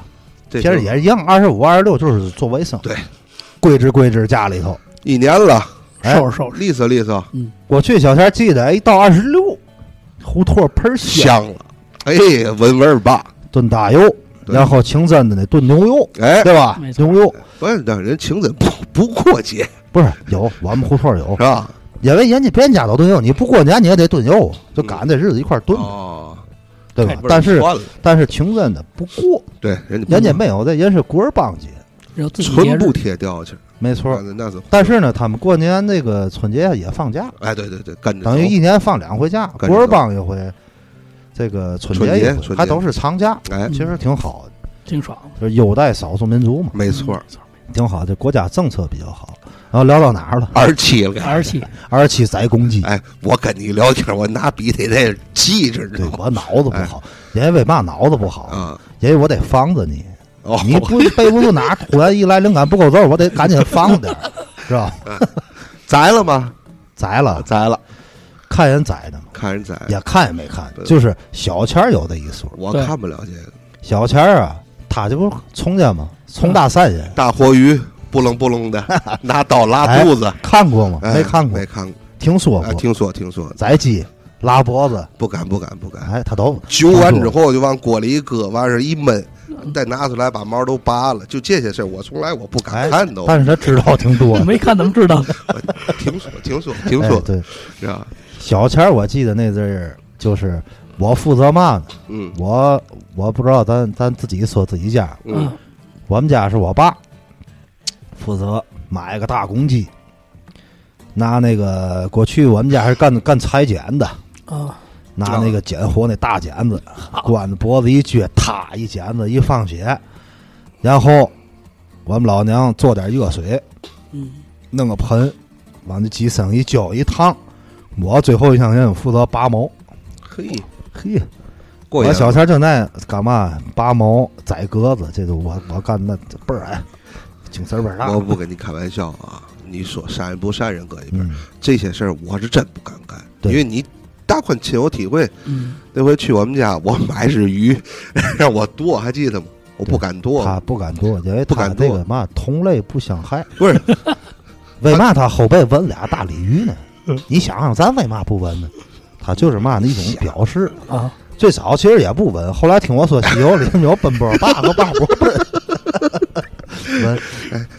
Speaker 2: 这
Speaker 1: 其实
Speaker 2: 就
Speaker 1: 也一样，二十五、二十六就是做卫生，
Speaker 2: 对，
Speaker 1: 规制规制家里头。
Speaker 2: 一年了，
Speaker 1: 哎
Speaker 3: 收拾收拾，
Speaker 2: 利索利索，
Speaker 1: 我去小天记得，哎，到二十六，胡同喷香
Speaker 2: 香了。哎，闻味儿吧。
Speaker 1: 炖大油，
Speaker 2: 对
Speaker 1: 然后清真的那炖牛肉，
Speaker 2: 哎，
Speaker 1: 对吧
Speaker 3: 没？错
Speaker 1: 牛肉
Speaker 2: 不是，让人情怎不不过节
Speaker 1: 不是有，我们胡同有
Speaker 2: 是，吧？
Speaker 1: 因为人家别人家都炖肉，你不过年你也得炖肉，就赶这日子一块儿炖，
Speaker 2: 嗯哦，
Speaker 1: 对
Speaker 2: 味
Speaker 1: 吧
Speaker 2: 儿？
Speaker 1: 但是
Speaker 2: 窜了
Speaker 1: 但是清真的不过，
Speaker 2: 对人家
Speaker 1: 人家没有的，人是古尔邦节，
Speaker 3: 然后自己节
Speaker 2: 纯
Speaker 3: 日
Speaker 2: 不贴貂裘，
Speaker 1: 没错
Speaker 2: 那。那是。
Speaker 1: 但是呢，他们过年那个春节也放假，
Speaker 2: 哎，对对对，跟着
Speaker 1: 等于
Speaker 2: 走
Speaker 1: 一年放两回假，
Speaker 2: 跟着
Speaker 1: 古尔邦一回，这个春
Speaker 2: 春
Speaker 1: 节
Speaker 2: 节
Speaker 1: 一回，
Speaker 2: 春
Speaker 1: 还
Speaker 2: 节
Speaker 1: 都是长假，
Speaker 2: 哎
Speaker 1: 其实挺好的，
Speaker 3: 挺爽，
Speaker 1: 就是优待少数民族嘛。
Speaker 2: 没错儿，
Speaker 3: 没错，
Speaker 1: 挺好，这国家政策比较好。然后聊到哪儿了？
Speaker 2: 二十七了。
Speaker 3: 二十七，
Speaker 1: 二十七宰公鸡，
Speaker 2: 哎，我跟你聊天，我拿笔得在这记着，你知
Speaker 1: 对
Speaker 2: 道吗？
Speaker 1: 我脑子
Speaker 2: 哎
Speaker 1: 不好，因为为嘛脑子不好？
Speaker 2: 啊，
Speaker 1: 因为我得防着你，
Speaker 2: 哦，
Speaker 1: 你不背不住哪，突然一来灵感不够揍，我得赶紧防着点儿，是
Speaker 2: [LAUGHS]
Speaker 1: 吧？
Speaker 2: 宰了吗？
Speaker 1: 宰了，
Speaker 2: 宰了，
Speaker 1: 看人宰的嘛，
Speaker 2: 看人宰。
Speaker 1: 也看也没看
Speaker 2: 对，
Speaker 1: 就是小钱儿有的一说。
Speaker 2: 我
Speaker 3: 对
Speaker 2: 看不了这个
Speaker 1: 小钱儿啊，他这不是从家吗？从大善人
Speaker 2: 大活鱼，不楞
Speaker 1: [LAUGHS]
Speaker 2: 不楞的，拿刀拉肚子，
Speaker 1: 看过吗？
Speaker 2: 哎
Speaker 1: 没看过
Speaker 2: 没，看过，
Speaker 1: 听说
Speaker 2: 哎
Speaker 1: 过
Speaker 2: 听说听说，
Speaker 1: 宰鸡拉脖子，
Speaker 2: 不敢不敢不敢。
Speaker 1: 哎，他都
Speaker 2: 揪完之后就往锅里一搁，完事儿一焖，再拿出来把毛都拔了，就这些事儿，我从来我不
Speaker 1: 哎
Speaker 2: 敢看都。
Speaker 1: 但是他知道挺多
Speaker 2: [LAUGHS]
Speaker 1: 的。
Speaker 3: 没看怎么知道的？
Speaker 2: 听说听说听
Speaker 1: [LAUGHS] 哎
Speaker 2: 说，
Speaker 1: 对，
Speaker 2: 是吧？
Speaker 1: 小钱儿，我记得那阵儿就是我负责嘛呢？
Speaker 2: 嗯
Speaker 1: 我我不知道咱咱自己说自己家，
Speaker 2: 嗯，
Speaker 3: 嗯，
Speaker 1: 我们家是我爸负责买个大公鸡，拿那个过去我们家是干干裁剪的，
Speaker 3: 啊，
Speaker 1: 拿那个剪活那大剪子，管着脖子一撅，啪一剪子一放血，然后我们老娘做点热水，
Speaker 3: 嗯，
Speaker 1: 弄个盆，往那鸡身上一浇一烫，我最后一项任务负责拔毛，
Speaker 2: 嘿，
Speaker 1: 嘿，
Speaker 2: 过
Speaker 1: 我
Speaker 2: 瘾。
Speaker 1: 小前正在干嘛？拔毛、宰鸽子，这都我我干的这倍儿哎，精神倍儿大。
Speaker 2: 我不跟你开玩笑啊！你说杀人不杀人搁一边，
Speaker 1: 嗯，
Speaker 2: 这些事儿我是真不敢干，
Speaker 1: 对
Speaker 2: 因为你大宽亲有体会。
Speaker 3: 嗯，
Speaker 2: 那回去我们家，我买只鱼，让我剁，还记得吗？我不敢剁，
Speaker 1: 他不敢剁，因为
Speaker 2: 不
Speaker 1: 他
Speaker 2: 敢
Speaker 1: 这
Speaker 2: 剁
Speaker 1: 个嘛，同类不相害。
Speaker 2: 不是
Speaker 1: 为嘛他后背纹俩大鲤鱼呢？你想想，咱为嘛不纹呢？他就是嘛的一种表示。
Speaker 3: 啊，
Speaker 1: 最早其实也不纹，后来听我说西游里有奔波霸和霸波儿。
Speaker 2: [LAUGHS]
Speaker 1: 纹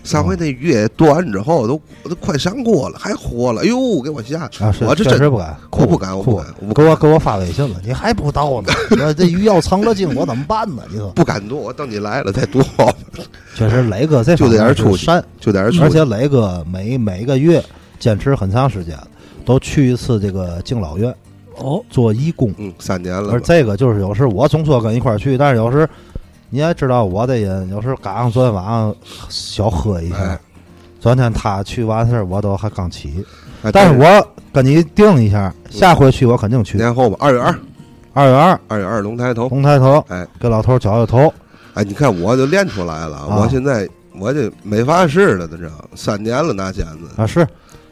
Speaker 2: 上回那鱼也剁完之后，我都我都快上锅了，还活了，哎呦，给我吓！
Speaker 1: 啊，是
Speaker 2: 我这
Speaker 1: 确
Speaker 2: 真
Speaker 1: 实不敢，
Speaker 2: 我不
Speaker 1: 酷
Speaker 2: 敢，我不
Speaker 1: 酷
Speaker 2: 敢，我不
Speaker 1: 给
Speaker 2: 敢
Speaker 1: 我给我发微信了，你还不到呢？
Speaker 2: [LAUGHS]
Speaker 1: 我这鱼要成了精，我怎么办呢？你说，
Speaker 2: 不敢剁，我等你来了再剁，
Speaker 1: 确实雷哥这
Speaker 2: 就得
Speaker 1: 方面
Speaker 2: 点出
Speaker 1: 是
Speaker 2: 息
Speaker 1: 善，
Speaker 2: 就在这儿
Speaker 1: 而
Speaker 2: 出去
Speaker 1: 且雷哥每每个月坚持很长时间，都去一次这个敬老院
Speaker 3: 哦，
Speaker 1: 做义工。
Speaker 2: 嗯，三年了
Speaker 1: 而
Speaker 2: 吧，
Speaker 1: 这个就是有时我总说跟一块儿去，但是有时你也知道我这人，有时赶上昨天晚上小喝一下
Speaker 2: 哎。
Speaker 1: 昨天他去完事儿，我都还刚起，
Speaker 2: 哎
Speaker 1: 但是我跟你定一下，下回去我肯定
Speaker 2: 几
Speaker 1: 去。
Speaker 2: 年后吧，二月二，
Speaker 1: 二月二，
Speaker 2: 二月二龙抬头，
Speaker 1: 红抬头，
Speaker 2: 哎，
Speaker 1: 给老头绞绞头，
Speaker 2: 哎，你看我就练出来了，
Speaker 1: 啊
Speaker 2: 我现在我这没法试了，这是三年了拿剪子，
Speaker 1: 啊，是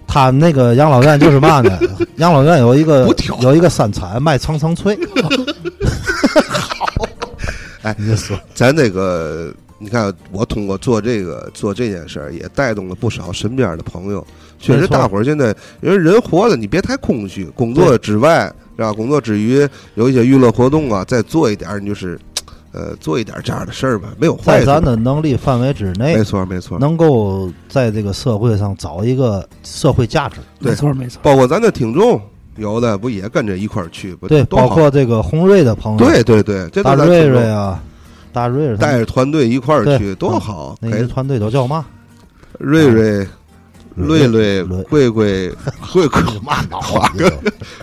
Speaker 1: 他们那个养老院就是嘛呢？养老院有一个
Speaker 2: 不挑
Speaker 1: 有一个三产卖层层
Speaker 2: [LAUGHS]
Speaker 1: 脆。
Speaker 2: 哎
Speaker 1: [LAUGHS] 你就说
Speaker 2: 咱这个你看，我通过做这个做这件事儿，也带动了不少身边的朋友。确
Speaker 1: 没
Speaker 2: 实，
Speaker 1: 错
Speaker 2: 大伙儿现在因为人活着，你别太空虚，工作之外是吧？工作之余有一些娱乐活动啊，再做一点儿，你就是呃做一点儿这样的事儿吧，没有坏
Speaker 1: 在咱
Speaker 2: 处。
Speaker 1: 的能力范围之内
Speaker 2: 没，错，没错。
Speaker 1: 能够在这个社会上找一个社会价值，
Speaker 2: 对
Speaker 3: 没错没错，
Speaker 2: 包括咱的听众，有的不也跟着一块儿去不？
Speaker 1: 对，
Speaker 2: 多
Speaker 1: 包
Speaker 2: 好
Speaker 1: 括这个红瑞的朋友，
Speaker 2: 对对对，这
Speaker 1: 大
Speaker 2: 都咱
Speaker 1: 瑞
Speaker 2: 听众
Speaker 1: 瑞啊，大瑞瑞他
Speaker 2: 带哎
Speaker 1: 们
Speaker 2: 着团队一块
Speaker 1: 嗯
Speaker 2: 儿
Speaker 1: 对
Speaker 2: 去，多
Speaker 1: 嗯
Speaker 2: 好！
Speaker 1: 那
Speaker 2: 给
Speaker 1: 个团队都叫嘛？
Speaker 2: 瑞瑞、
Speaker 1: 瑞
Speaker 2: 瑞瑞、
Speaker 1: 瑞 [LAUGHS]
Speaker 2: 贵贵、贵贵
Speaker 1: 嘛脑
Speaker 2: 华哥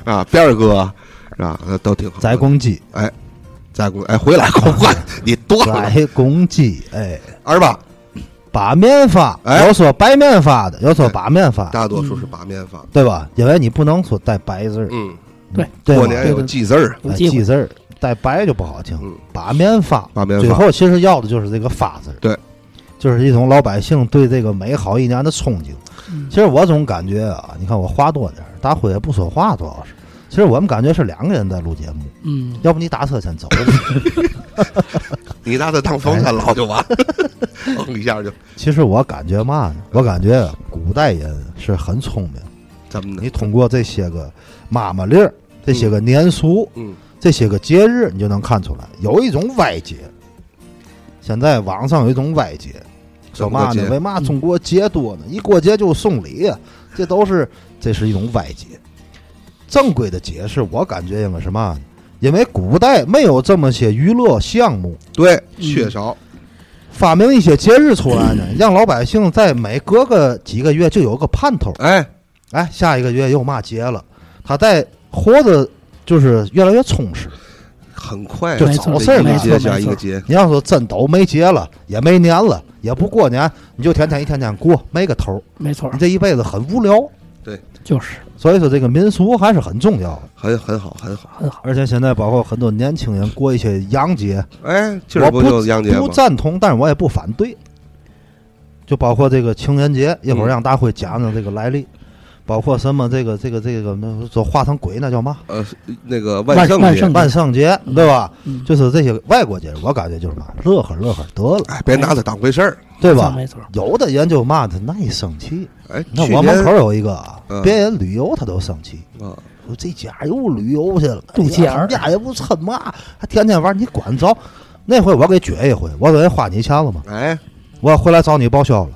Speaker 2: 啊，辫儿哥是吧？呃都挺好。
Speaker 1: 宰公鸡，
Speaker 2: 宰公，哎，回来快快，你多了
Speaker 1: 宰公鸡，哎，
Speaker 2: 二十八，
Speaker 1: 把面发，
Speaker 2: 哎
Speaker 1: 有说白面发的，有说
Speaker 2: 对
Speaker 1: 把面发，
Speaker 2: 大多数是把面发。
Speaker 1: 对吧？因为你不能说带白字儿，
Speaker 2: 嗯，
Speaker 3: 对，
Speaker 1: 嗯对吧
Speaker 2: 过年有记字儿，啊
Speaker 3: 有
Speaker 1: 哎
Speaker 3: 机
Speaker 1: 记
Speaker 3: 会，
Speaker 1: 字儿带白就不好听
Speaker 2: 嗯，
Speaker 1: 把面发，
Speaker 2: 把面
Speaker 1: 最
Speaker 2: 发。
Speaker 1: 后其实要的就是这个发字儿，
Speaker 2: 对，
Speaker 1: 就是一种老百姓对这个美好一年的憧憬。
Speaker 3: 嗯
Speaker 1: 其实我总感觉啊，你看我话多点儿，大辉也不说话，主要是。其实我们感觉是两个人在录节目，
Speaker 3: 嗯，
Speaker 1: 要不你打车先走吧。
Speaker 2: 你拿它当
Speaker 1: 哎
Speaker 2: 风扇捞就完了， [LAUGHS] 嗯一下就
Speaker 1: [LAUGHS] 其实我感觉嘛呢？我感觉啊古代人是很聪明，
Speaker 2: 怎么的？
Speaker 1: 你通过这些个妈妈令儿、这些个年俗、
Speaker 2: 嗯，
Speaker 1: 这些个节日，你就能看出来有一种歪解。现在网上有一种歪解，说嘛呢
Speaker 2: 中国？节
Speaker 1: 为嘛中国节多呢？一过节就送礼呀、这都是这是一种歪解。正规的解释，我感觉应该是嘛呢？因为古代没有这么些娱乐项目，
Speaker 2: 对，
Speaker 1: 嗯
Speaker 2: 缺少
Speaker 1: 发明一些节日出来呢，让老百姓在每隔个几个月就有个盼头。
Speaker 2: 哎，
Speaker 1: 哎，下一个月又嘛节了，他在活的就是越来越充实。
Speaker 2: 很快
Speaker 1: 就
Speaker 2: 这
Speaker 3: 没错
Speaker 1: 找事儿
Speaker 2: 一
Speaker 1: 嘛
Speaker 2: 个
Speaker 3: 没
Speaker 2: 节
Speaker 3: 错没
Speaker 2: 下一个
Speaker 3: 错，
Speaker 2: 节，
Speaker 1: 你要说真都没节了，也没年了，也不过年，你就天天一天天过，没个头儿，
Speaker 3: 没错
Speaker 1: 你，这一辈子很无聊。
Speaker 3: 就是
Speaker 1: 所以说，这个民俗还是很重要的。
Speaker 2: 很很好，很好。
Speaker 3: 很好，
Speaker 1: 而且现在包括很多年轻人过一些洋节，
Speaker 2: 哎，今
Speaker 1: 我
Speaker 2: 儿
Speaker 1: 不
Speaker 2: 就是洋节
Speaker 1: 不
Speaker 2: 吗？
Speaker 1: 赞同，但是我也不反对。就包括这个情人节，一会
Speaker 2: 嗯
Speaker 1: 儿让大辉讲讲这个来历，包括什么这个这个这个那说化成鬼那叫嘛？
Speaker 2: 呃，那个
Speaker 3: 万
Speaker 2: 圣
Speaker 3: 万
Speaker 2: 节
Speaker 3: 圣，
Speaker 1: 万圣节
Speaker 3: 嗯
Speaker 1: 对吧？
Speaker 3: 嗯，
Speaker 1: 就是这些外国节日，我感觉就是嘛，乐呵乐呵得了，
Speaker 2: 哎，别拿它当回事儿。
Speaker 1: 对吧？
Speaker 3: 没错，
Speaker 1: 有的人就嘛他那一生气，
Speaker 2: 哎，
Speaker 1: 那
Speaker 2: 去
Speaker 1: 我门
Speaker 2: 年
Speaker 1: 口有一个啊
Speaker 2: 嗯，
Speaker 1: 别人旅游他都生气，
Speaker 2: 啊，
Speaker 1: 说这家又旅游去了，
Speaker 3: 度假
Speaker 1: 哎呀他们家也不趁嘛，还天天玩，你管着？那回我给撅一回，我说人花你钱了吗？
Speaker 2: 哎，
Speaker 1: 我回来找你报销了。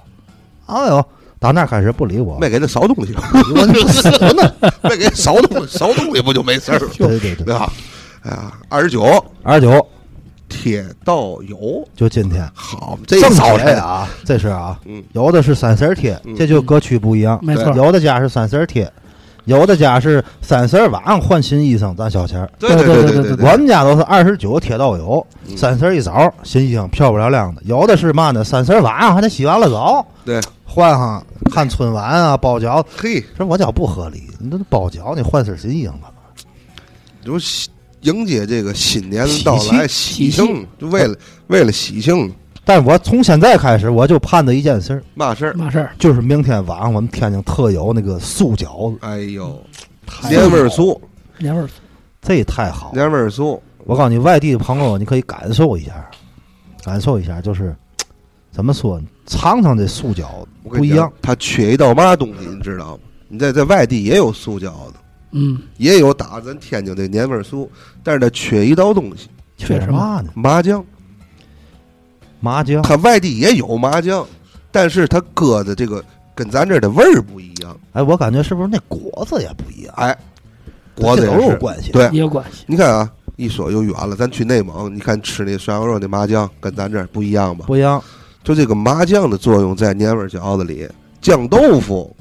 Speaker 1: 哎呦，打那开始不理我，
Speaker 2: 没给他少东西，
Speaker 1: 我你说什么呢？
Speaker 2: 没给少东西，少东西不就没事儿了？
Speaker 1: 对对对，
Speaker 2: 对吧？哎呀，二十九，
Speaker 1: 二九
Speaker 2: 铁道游，
Speaker 1: 就今天，
Speaker 2: 好，这
Speaker 1: 正
Speaker 2: 早
Speaker 1: 早
Speaker 2: 晨
Speaker 1: 晨，啊，这是啊，
Speaker 2: 嗯，
Speaker 1: 有的是三十儿贴
Speaker 2: 嗯，
Speaker 1: 这就各区不一样。
Speaker 3: 没错，
Speaker 1: 有的家是三十儿贴，有的家是三十儿晚上换新衣裳，咱小钱儿。
Speaker 2: 对
Speaker 3: 对
Speaker 2: 对
Speaker 3: 对
Speaker 2: 对
Speaker 3: 对
Speaker 2: 对
Speaker 3: 对
Speaker 2: 对，
Speaker 1: 我们家都是二十九贴到有，
Speaker 2: 嗯
Speaker 1: 三十儿一早新衣裳漂漂亮亮的。有的是嘛呢？三十儿晚上还得洗完了澡，
Speaker 2: 对，
Speaker 1: 换上看春晚啊，包饺子。
Speaker 2: 嘿，
Speaker 1: 这我觉不合理，你这包饺你换身新衣裳吧。
Speaker 2: 就喜迎接这个新年的到来，
Speaker 3: 喜庆
Speaker 2: 喜
Speaker 3: 喜庆
Speaker 2: 庆，就为了为了喜庆，
Speaker 1: 但我从现在开始，我就盼着一件事儿，
Speaker 2: 嘛事儿？
Speaker 3: 嘛事儿？
Speaker 1: 就是明天晚上我们天津特有那个素饺子，
Speaker 2: 哎呦，
Speaker 1: 太
Speaker 2: 年味
Speaker 1: 好
Speaker 2: 儿
Speaker 1: 了，
Speaker 2: 素，
Speaker 3: 年味儿
Speaker 1: 这太好了。
Speaker 2: 年味儿素，
Speaker 1: 我告诉你，外地的朋友，你可以感受一下，感受一下，就是怎么说呢，尝尝这素饺子
Speaker 2: 我
Speaker 1: 不
Speaker 2: 跟你
Speaker 1: 一
Speaker 2: 讲
Speaker 1: 样。。
Speaker 2: 它缺一道嘛东西，你知道吗？你在在外地也有素饺子，
Speaker 3: 嗯，
Speaker 2: 也有打咱天津的年味儿素，但是它缺一道东西，
Speaker 3: 确实嘛
Speaker 1: 嘛呢？
Speaker 2: 麻酱。
Speaker 1: 麻酱
Speaker 2: 它外地也有麻酱，但是它搁的这个跟咱这儿的味儿不一样。
Speaker 1: 哎，我感觉是不是那果子也不一样？
Speaker 2: 哎，果子
Speaker 1: 这都
Speaker 2: 也
Speaker 1: 有
Speaker 2: 是。
Speaker 1: 关系。
Speaker 2: 对，
Speaker 3: 也有关系。
Speaker 2: 你看啊，一说又远了，咱去内蒙，你看吃那涮羊肉那麻酱跟咱这儿不一样吧？
Speaker 1: 不一样，
Speaker 2: 就这个麻酱的作用在年味儿饺子里，酱豆腐、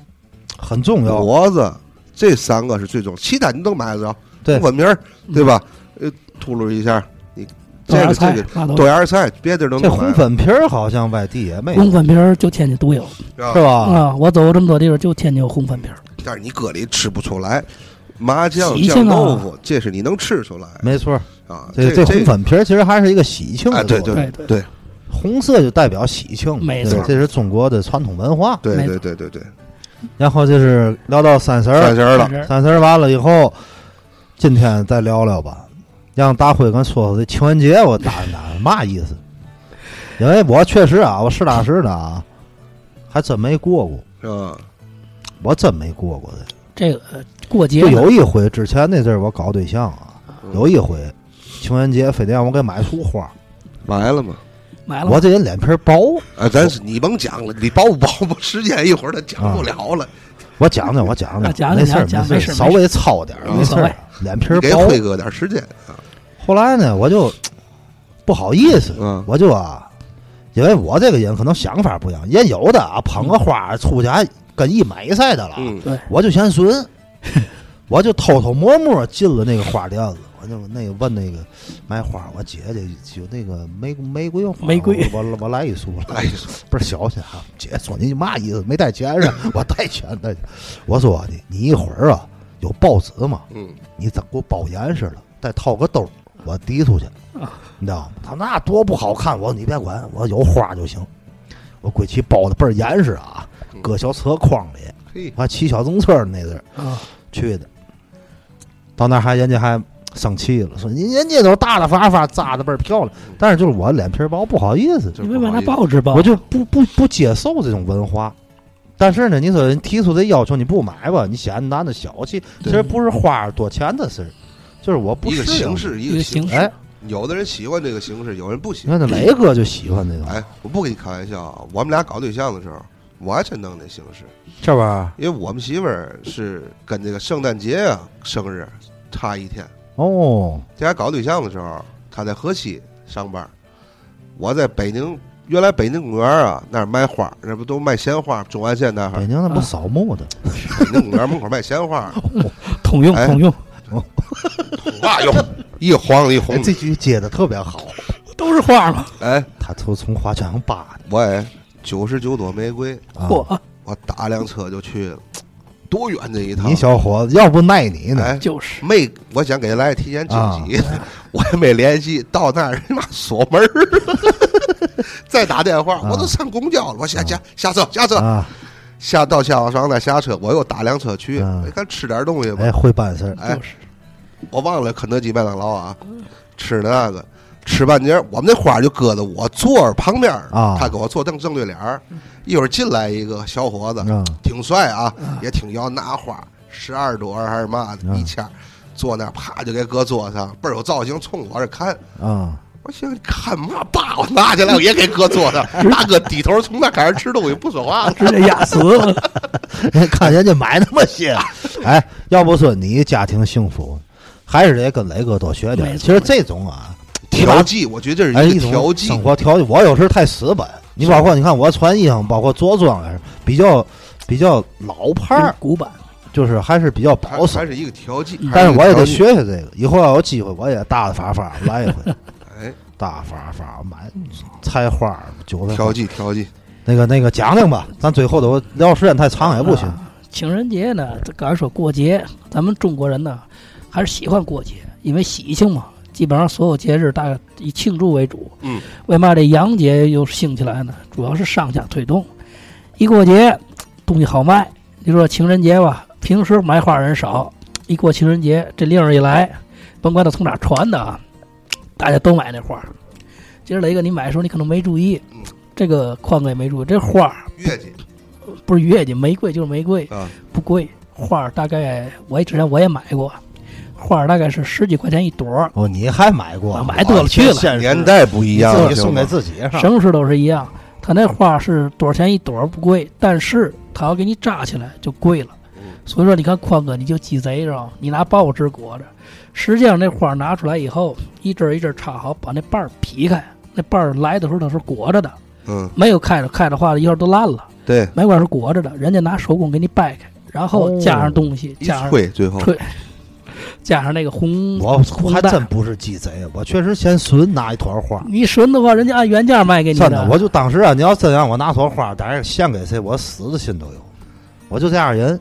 Speaker 1: 很重要。
Speaker 2: 脖子这三个是最重要，其他你都买得着，
Speaker 1: 对嗯
Speaker 2: 粉名儿对吧？呃，秃噜一下，你这
Speaker 3: 豆芽
Speaker 2: 个
Speaker 3: 菜
Speaker 2: 这个、
Speaker 3: 嘛
Speaker 2: 豆
Speaker 3: 都，
Speaker 2: 芽菜，别地儿都
Speaker 1: 这
Speaker 2: 能买
Speaker 1: 红，粉皮儿好像外地也没有，
Speaker 3: 红粉皮儿就天津独有
Speaker 2: 是吧
Speaker 1: 是吧？
Speaker 3: 啊！我走过这么多地方，就天津有红粉皮儿。
Speaker 2: 但是你搁里吃不出来。麻酱
Speaker 3: 喜
Speaker 2: 酱
Speaker 3: 庆啊
Speaker 2: 豆腐，这是你能吃出来
Speaker 1: 没错儿，
Speaker 2: 啊？
Speaker 1: 这
Speaker 2: 这
Speaker 1: 红粉皮儿其实还是一个喜庆
Speaker 2: 啊，
Speaker 1: 的作
Speaker 2: 对
Speaker 1: 用。
Speaker 2: 对
Speaker 3: 对
Speaker 2: 对
Speaker 1: 红色就代表喜庆嘛，
Speaker 3: 没
Speaker 1: 对
Speaker 2: 错
Speaker 1: 这是中国的传统文化。
Speaker 2: 对
Speaker 3: 没
Speaker 2: 对对对对，
Speaker 1: 然后就是聊到三十儿，
Speaker 2: 三十儿了
Speaker 3: 但，是
Speaker 1: 三十儿完了以后，今天再聊聊吧，让大辉跟说说这情人节我打打嘛意思？因为我确实啊，我实打实的啊，还真没过过，
Speaker 2: 是啊吧？
Speaker 1: 我真没过过的。
Speaker 3: 这个呃过节
Speaker 1: 就
Speaker 3: 嘛
Speaker 1: 有一回，之前那阵儿我搞对象啊，
Speaker 3: 嗯
Speaker 1: 有一回情人节非得让我给买束花，
Speaker 2: 完了嘛？
Speaker 3: 买了
Speaker 1: 我
Speaker 3: 吗，
Speaker 1: 这人脸皮儿薄，
Speaker 2: 啊，咱是你甭讲了，你包不包吧？时间一会儿他讲不了了，
Speaker 1: 我讲讲我讲
Speaker 3: [LAUGHS] 啊讲讲
Speaker 1: 没事儿
Speaker 3: 讲
Speaker 1: 没
Speaker 3: 没
Speaker 1: 事儿，
Speaker 3: 事儿嗯
Speaker 1: 稍微糙点儿没
Speaker 2: 没
Speaker 1: 事
Speaker 3: 所
Speaker 1: 儿
Speaker 3: 谓，
Speaker 1: 脸皮
Speaker 2: 你
Speaker 1: 儿
Speaker 2: 给
Speaker 1: 薄。
Speaker 2: 辉哥点时间啊。
Speaker 1: 后来呢，我就不好意思，
Speaker 2: 嗯
Speaker 1: 我就啊，因为我这个人可能想法不一样，人有的啊捧个花出去还跟一买一赛的了，
Speaker 2: 嗯，
Speaker 1: 我就嫌损， [LAUGHS] 我就偷偷摸摸进了那个花店子，我就那个问那个卖花，我姐姐有那个玫玫瑰花，
Speaker 3: 玫瑰
Speaker 1: 我我我来一束，
Speaker 2: 来一
Speaker 1: [LAUGHS]
Speaker 2: 束
Speaker 1: 倍儿小心啊！姐说你嘛意思？没带钱是吧？ [LAUGHS] 我带钱带钱。我说你你一会儿啊有报纸吗？
Speaker 2: 嗯，
Speaker 1: 你怎给我包严实了？再套个兜儿，我提
Speaker 3: [LAUGHS]
Speaker 1: 出去
Speaker 3: 啊，
Speaker 1: 你知道吗？他那多不好看！我说你别管，我有花就行。我归期包的倍儿严实啊，
Speaker 2: 嗯
Speaker 1: 搁小车筐里，
Speaker 2: 嘿，
Speaker 1: 我还骑小自行车那阵儿
Speaker 3: 啊，
Speaker 1: 去的。到那儿还人家还生气了，说人人家都大大方方扎的倍儿漂亮，
Speaker 2: 嗯
Speaker 1: 但是就是我脸皮儿薄，不好意思，
Speaker 2: 这
Speaker 3: 你为嘛拿
Speaker 2: 不好
Speaker 3: 报纸包？
Speaker 1: 我就不不不接受这种文化。但是呢，你说人提出这要求你不买吧，你显得男的小气，其实不是花儿多钱的事儿，就是啊我
Speaker 2: 意
Speaker 1: 不
Speaker 2: 思一
Speaker 1: 适
Speaker 2: 个形
Speaker 1: 应。
Speaker 2: 式，一
Speaker 3: 一
Speaker 2: 个
Speaker 3: 个
Speaker 2: 形
Speaker 3: 形
Speaker 2: 式。
Speaker 3: 式，
Speaker 1: 哎，
Speaker 2: 有的人喜欢这个形式，有人不喜
Speaker 1: 你
Speaker 2: 欢。
Speaker 1: 看那雷哥就喜欢这种，
Speaker 2: 哎，我不跟你开玩笑啊，我们俩搞对象的时候，我还真弄那形式，
Speaker 1: 是吧？
Speaker 2: 因为我们媳妇儿是跟这个圣诞节啊、生日差一天。
Speaker 1: 哦，
Speaker 2: 这俩搞对象的时候，她在河西上班，我在北宁。原来北宁公园啊，那儿卖花，那不都卖鲜花？中安县那儿
Speaker 1: 北京那不扫墓的，
Speaker 2: 北宁公园门口卖鲜花，
Speaker 3: 通用
Speaker 2: 哎
Speaker 3: 通用，
Speaker 2: 嘛用？一黄一
Speaker 1: 哎
Speaker 2: 红，
Speaker 1: 这句接的特别好。
Speaker 3: 都是花嘛。
Speaker 2: 哎，
Speaker 1: 他从从花圈上扒
Speaker 2: 我也九十九朵玫瑰，
Speaker 1: 的，
Speaker 3: 嚯
Speaker 1: 啊，
Speaker 3: 啊，
Speaker 2: 我打辆车就去了，多远这一趟？
Speaker 1: 你小伙子要不耐你呢，
Speaker 2: 哎，
Speaker 3: 就是
Speaker 2: 没，我想给来提前惊
Speaker 1: 啊
Speaker 2: 喜， [LAUGHS] 我也没联系，到那儿人妈锁门儿， [LAUGHS] 再打电话，
Speaker 1: 啊
Speaker 2: 我都上公交了，我下下下车下车
Speaker 1: 啊，
Speaker 2: 下到下往上再下车，我又打辆车去，
Speaker 1: 啊
Speaker 2: 你看吃点东西吧
Speaker 1: 哎，，会办事儿，
Speaker 2: 哎
Speaker 3: 就是，
Speaker 2: 我忘了肯德基、麦当劳啊，吃的那个。吃半截儿，我们那花儿就搁在我座儿旁边儿
Speaker 1: 啊
Speaker 2: 他给我坐正正对脸儿。一会儿进来一个小伙子，
Speaker 1: 嗯，
Speaker 2: 挺帅啊，也挺摇，拿花十二朵还是嘛的，
Speaker 1: 嗯
Speaker 2: 一签儿坐那儿啪就给搁桌上，倍儿有造型，冲我这看。
Speaker 3: [LAUGHS]
Speaker 1: 啊，
Speaker 2: 我寻思你看嘛爸，我拿起来我也给搁
Speaker 1: [LAUGHS]
Speaker 2: 桌上。大哥低头从那开始吃东西不说话了。
Speaker 3: 直接压死了。
Speaker 1: 看 [LAUGHS] 人家买那么
Speaker 2: [LAUGHS]
Speaker 1: 些，哎，要不说你家庭幸福，还是得跟雷哥多学点儿。
Speaker 3: 没
Speaker 1: 其
Speaker 3: 错
Speaker 1: 实这种啊，
Speaker 2: 调剂，我觉得这是
Speaker 1: 哎，
Speaker 2: 一个
Speaker 1: 种
Speaker 2: 调剂。
Speaker 1: 生活调剂。我有时候太死板，你包括你看我穿衣裳，包括着装也是比较比较老派儿，
Speaker 3: 古板，
Speaker 1: 就是还是比较保
Speaker 2: 嗯还
Speaker 1: 守
Speaker 2: 还。是一个调剂，
Speaker 1: 但是我也得
Speaker 2: 还一个调剂。
Speaker 1: 学学这个，以后要有机会我也大大方方来一回，
Speaker 2: 哎，
Speaker 1: 大方方买菜花儿、韭菜花
Speaker 2: 调
Speaker 1: 儿。
Speaker 2: 剂调剂，
Speaker 1: 那个那个讲讲吧，咱最后都聊时间太长也不行。
Speaker 3: 啊情人节呢，这刚才说过节，咱们中国人呢还是喜欢过节，因为喜庆嘛，基本上所有节日大以庆祝为主。
Speaker 2: 嗯，
Speaker 3: 为嘛这洋节又兴起来呢？主要是商家推动，一过节东西好卖。你说情人节吧，平时买花人少，一过情人节这令儿一来，甭管他从哪儿传的啊，大家都买那花儿。今儿雷哥，你买的时候你可能没注意
Speaker 2: 嗯，
Speaker 3: 这个宽哥也没注意，这花儿
Speaker 2: 月季
Speaker 3: 不是月季，玫瑰就是玫瑰，
Speaker 2: 啊，
Speaker 3: 不贵，花儿大概我也之前我也买过，花儿大概是十几块钱一朵儿，
Speaker 1: 哦，你还买过
Speaker 3: 啊？买多了去了
Speaker 1: 现实
Speaker 2: 年代不一样，
Speaker 1: 自己送给自己是吧？
Speaker 3: 什么事都是一样。他那花是多少钱一朵儿不贵，但是他要给你扎起来就贵了
Speaker 2: 嗯。
Speaker 3: 所以说，你看宽哥你就鸡贼是吧？你拿报纸裹着，实际上那花拿出来以后，一枝儿一枝儿插好，把那瓣儿劈开。那瓣儿来的时候它是裹着的，
Speaker 2: 嗯，
Speaker 3: 没有开着，开的话一会儿都烂了。
Speaker 2: 对，
Speaker 3: 没管是裹着的，人家拿手工给你掰开，然后
Speaker 1: 哦
Speaker 3: 加上东西，
Speaker 2: 一
Speaker 3: 加上
Speaker 2: 吹最后
Speaker 3: 吹加上那个红
Speaker 1: 我
Speaker 3: 红
Speaker 1: 还
Speaker 3: 蛋
Speaker 1: 真不是鸡贼，啊我确实嫌损拿一团花。
Speaker 3: 你损的话，人家按原价卖给你
Speaker 1: 真的，我就当时啊，你要真让我拿朵花，但是献给谁，我死的心都有。我就这样人，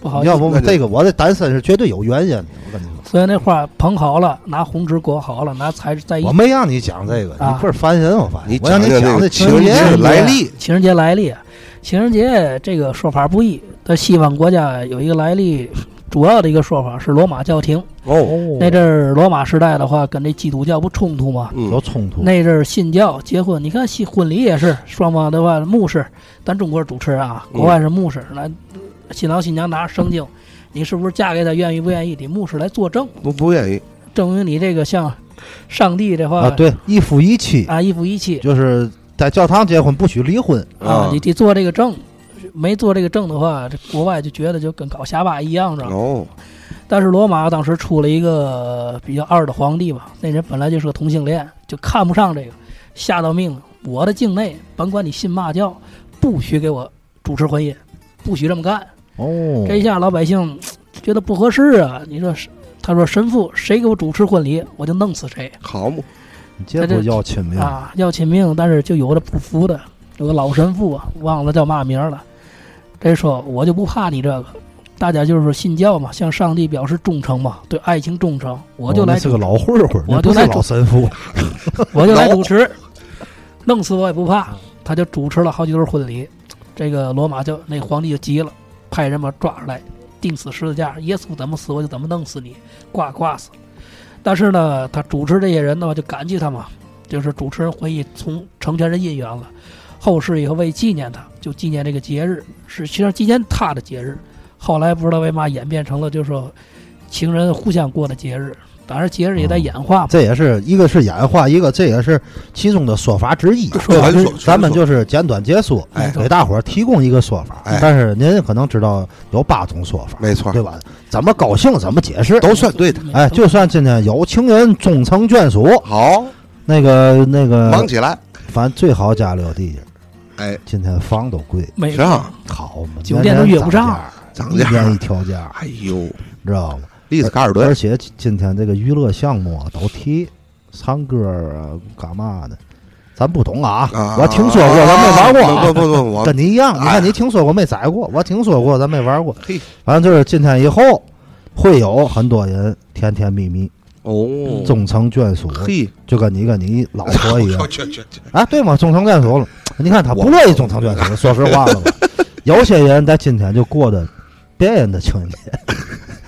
Speaker 3: 不好
Speaker 1: 你
Speaker 3: 意
Speaker 1: 要
Speaker 3: 思。
Speaker 1: 不
Speaker 2: 那就
Speaker 1: 这个我的单身是绝对有原因的。我跟你说，
Speaker 3: 所以那花捧好了，拿红纸裹好了，拿材质再一
Speaker 1: 我没让你讲这个，
Speaker 3: 哎啊
Speaker 1: 你不是烦人，我发现。
Speaker 2: 你
Speaker 1: 我让你
Speaker 2: 讲讲
Speaker 1: 讲
Speaker 2: 这个
Speaker 1: 情人
Speaker 2: 情人
Speaker 1: 节
Speaker 2: 节来历
Speaker 3: 情人节来历，情人节这个说法不一。在西方国家有一个来历，主要的一个说法是罗马教廷。
Speaker 2: 哦，
Speaker 3: 那阵儿罗马时代的话，跟这基督教不冲突吗？
Speaker 1: 有
Speaker 2: 嗯，
Speaker 1: 冲突，
Speaker 3: 那阵儿信教结婚，你看西婚礼也是双方的话，牧师，咱中国是主持人啊，
Speaker 2: 嗯
Speaker 3: 国外是牧师来，新郎新娘拿着圣经，你是不是嫁给他愿意不愿意？得牧师来作证，
Speaker 2: 我不愿意，
Speaker 3: 证明你这个像上帝的话
Speaker 1: 啊，对，一夫一妻，
Speaker 3: 啊一夫一妻
Speaker 1: 就是在教堂结婚不许离婚，
Speaker 2: 啊
Speaker 3: 你得做这个证。没做这个证的话，这国外就觉得就跟搞瞎巴一样，是吧？
Speaker 2: 哦，
Speaker 3: 但是罗马当时出了一个比较二的皇帝吧，那人本来就是个同性恋，就看不上这个，下到命令，我的境内，甭管你信嘛教，不许给我主持婚姻，不许这么干。
Speaker 1: 哦
Speaker 3: 这一下老百姓觉得不合适啊，你说是？他说神父，谁给我主持婚礼，我就弄死谁
Speaker 2: 好嘛，
Speaker 1: 你这不要亲命，
Speaker 3: 啊！要亲命，但是就有的不服的，有个老神父啊，忘了叫嘛名儿了，这说我就不怕你这个。大家就是说信教嘛，向上帝表示忠诚嘛，对爱情忠诚，我就
Speaker 1: 哦那
Speaker 3: 来
Speaker 1: 是个老混混，
Speaker 3: 我
Speaker 1: 那
Speaker 3: 就
Speaker 1: 不是
Speaker 3: 来啊
Speaker 1: 老神父，
Speaker 3: 我就来
Speaker 2: 老
Speaker 3: 主持，弄死我也不怕。他就主持了好几对婚礼，这个罗马就那皇帝就急了，派人把他抓出来，钉死十字架，耶稣怎么死我就怎么弄死你，挂挂死。但是呢，他主持这些人的话就感激他嘛，就是主持人回忆从成全人姻缘了。后世以后为纪念他，就纪念这个节日，是实际上纪念他的节日。后来不知道为嘛演变成了就是说情人互相过的节日，当然节日也在
Speaker 1: 哦
Speaker 3: 演化
Speaker 2: 嗯
Speaker 3: 嘛。
Speaker 1: 这也是一个是演化，一个这也是其中的说法之一。
Speaker 3: 说法
Speaker 2: 传
Speaker 3: 之
Speaker 2: 说，
Speaker 1: 咱们就是简短解说，
Speaker 2: 哎
Speaker 3: 没错
Speaker 1: 给大伙儿提供一个说法。
Speaker 2: 哎
Speaker 1: 但是您可能知道有八种说法，
Speaker 2: 没错
Speaker 1: 对吧？怎么高兴怎么解释。
Speaker 2: 都算对的，
Speaker 3: 嗯
Speaker 1: 哎，就算今天有情人终成眷属，
Speaker 2: 好，
Speaker 1: 那个那个，
Speaker 2: 忙起来，
Speaker 1: 反正最好家里有地界儿。
Speaker 2: 哎，
Speaker 1: 今天房都贵，
Speaker 3: 没
Speaker 2: 是啊，
Speaker 1: 好嘛，
Speaker 3: 酒店都约不上
Speaker 1: 年
Speaker 2: 涨
Speaker 1: 年涨价，一
Speaker 2: 价
Speaker 1: 年一调价，
Speaker 2: 哎呦，
Speaker 1: 知道吗？
Speaker 2: 丽兹卡尔顿
Speaker 1: 而且今天这个娱乐项目啊，都提唱歌啊，干嘛的？咱不懂啊，
Speaker 2: 啊，
Speaker 1: 我听说过，咱没玩过啊。
Speaker 2: 不不不，我
Speaker 1: 跟你一样，你
Speaker 2: 哎
Speaker 1: 看你听说过没载过，我听说过，咱没玩过。
Speaker 2: 嘿，
Speaker 1: 反正就是今天以后，会有很多人甜甜蜜蜜，
Speaker 2: 哦，
Speaker 1: 终成眷属，
Speaker 2: 嘿，
Speaker 1: 就跟你跟你老婆
Speaker 2: [LAUGHS]
Speaker 1: 一样
Speaker 2: 去去去，
Speaker 1: 啊，对吗？终成眷属了。你看他不乐意终成眷属，说实话
Speaker 3: [LAUGHS]
Speaker 1: 了吧，有些人在今天就过的别人的情人节，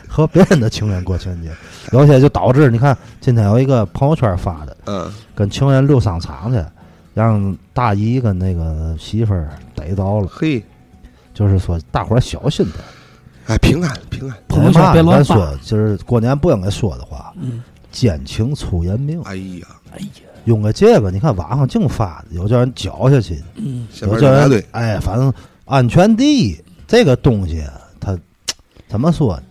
Speaker 1: 和别人的情人过情人节，有些就导致你看今天有一个朋友圈发的，
Speaker 2: 嗯，
Speaker 1: 跟情人溜商场去，让大姨跟那个媳妇儿逮着了。
Speaker 2: 嘿，
Speaker 1: 就是说大伙儿小心点儿，
Speaker 2: 哎，平安平安，
Speaker 3: 朋友圈
Speaker 1: 嘛
Speaker 3: 别乱
Speaker 1: 咱
Speaker 3: 发
Speaker 1: 说就是过年不应该说的话，
Speaker 3: 嗯，
Speaker 1: 奸情出人命，
Speaker 2: 哎呀，
Speaker 3: 哎呀，
Speaker 1: 用个这个，你看网上净发的，有叫人搅下去的，
Speaker 3: 嗯，
Speaker 2: 下
Speaker 1: 有
Speaker 2: 边
Speaker 1: 叫
Speaker 2: 一大
Speaker 1: 人
Speaker 2: 堆，
Speaker 1: 哎，反正安全第一，这个东西啊它怎么说呢？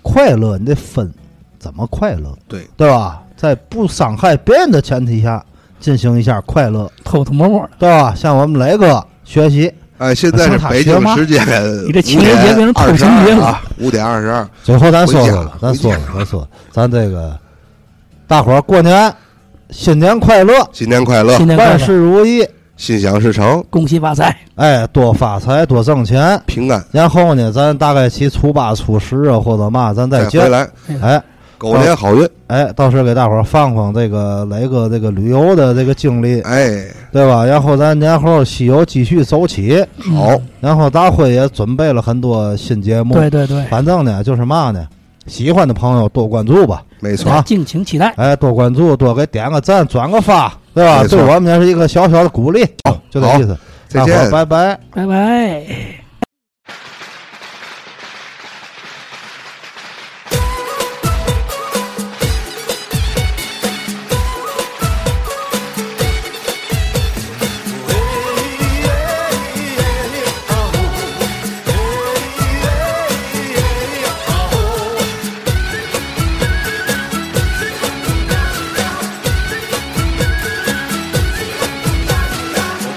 Speaker 1: 快乐你得分怎么快乐，
Speaker 2: 对
Speaker 1: 对吧？在不伤害别人的前提下进行一下快乐，
Speaker 3: 偷偷摸摸的，
Speaker 1: 对吧？像我们雷哥学习，
Speaker 2: 哎，现在是北京时间，
Speaker 3: 你这情人节变成偷情节了，
Speaker 2: 啊五点二十二，
Speaker 1: 最后咱说
Speaker 2: 回
Speaker 1: 说
Speaker 2: 家
Speaker 1: 吧，咱说
Speaker 2: 回
Speaker 1: 说，咱说，咱这个大伙儿过年新年快乐，
Speaker 2: 新年快乐
Speaker 3: 新，年快
Speaker 1: 万
Speaker 3: 乐，
Speaker 1: 事如意，
Speaker 2: 心想事成，
Speaker 3: 恭喜发财，
Speaker 1: 哎，多发财，多挣钱。
Speaker 2: 平安
Speaker 1: 然后呢，咱大概其初八、初十啊，或者嘛，咱再
Speaker 2: 再回
Speaker 1: 见。
Speaker 2: 来，
Speaker 1: 哎
Speaker 2: 狗年好运，
Speaker 1: 哎，到时候给大伙儿放放这个雷哥这个旅游的这个经历，
Speaker 2: 哎，
Speaker 1: 对吧？然后咱年后西游继续走起，
Speaker 2: 好，
Speaker 1: 然后大辉也准备了很多新节目。
Speaker 3: 对对对，
Speaker 1: 反正呢，就是嘛呢，喜欢的朋友多关注吧，
Speaker 2: 没错，
Speaker 1: 啊
Speaker 3: 敬请期待。
Speaker 1: 哎，多关注，多给点个赞，转个发，对吧？
Speaker 2: 没错
Speaker 1: 对我们也是一个小小的鼓励。
Speaker 2: 好
Speaker 1: 就这意思，大伙
Speaker 2: 再见
Speaker 1: 儿。拜拜。
Speaker 3: 拜拜。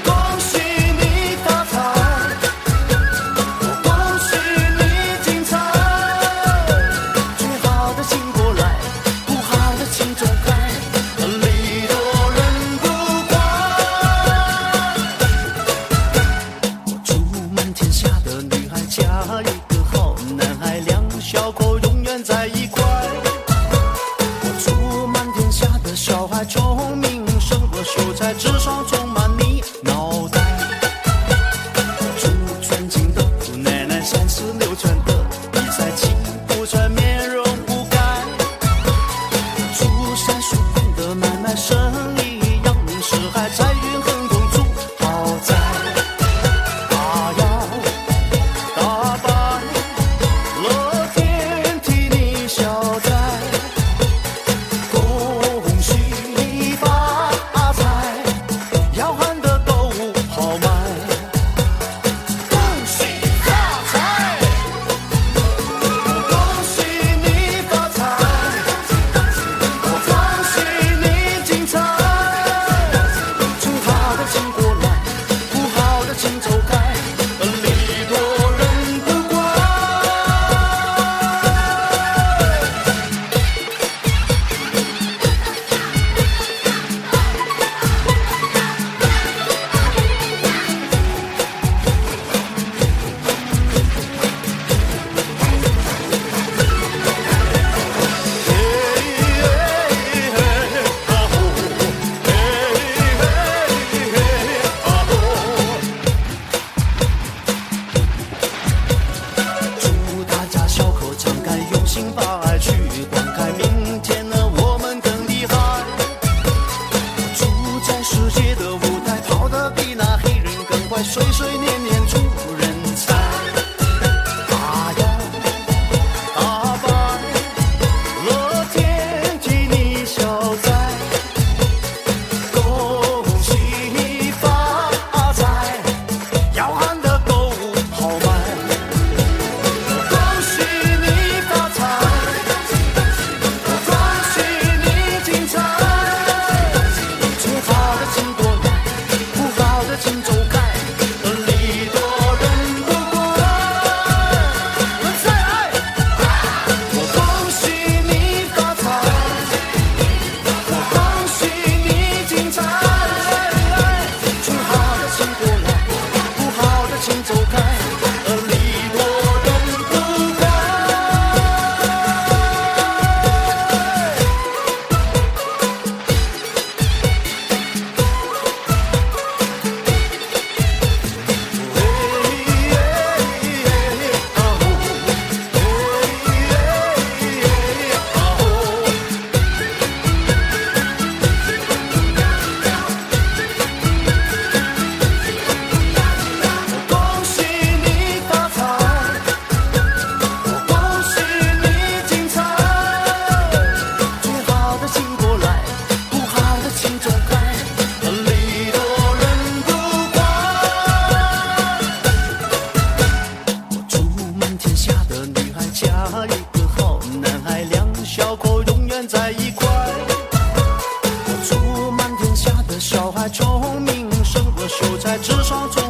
Speaker 4: 恭喜你发财，恭喜你精彩。最好的醒过来，不好的请走开，礼多人不怪。我祝满天下的女孩嫁一个好男孩，两小口永远在一块。我祝满天下的小孩聪明胜过秀才，智商充满你脑袋。我祝尊敬的姑奶奶三十六转的比赛气不喘，面容不改。我祝三叔公的买卖生意扬名四海，财运亨通住豪宅。大摇大摆，乐天替你消灾。恭喜你发财，要喊的都豪迈。恭喜发财，恭喜你发财，恭喜你精彩。从好的请过来，不好的请走开，礼多人不怪。祝大家笑口常开，用心把爱去灌溉。明天的我们更厉害，住在世界的舞台，跑得比那黑人更快，岁岁年年出人才。大摇大摆，乐天替你消灾。恭喜你发财，要喊得够豪迈。恭喜你发财，恭喜你精彩。从好的请过来，不好的请走开，礼多人不怪。再来，我恭喜你发财，我恭喜你精彩。从好的请过来，不好的请走开，礼多人不怪。oh. 恭喜你发财，恭喜你精彩。最好的请过来，不好的请走开，礼多人不怪。我祝满天下的女孩嫁一个好男孩，两小口永远在一块。我祝满天下的小孩聪明胜过秀才，智商。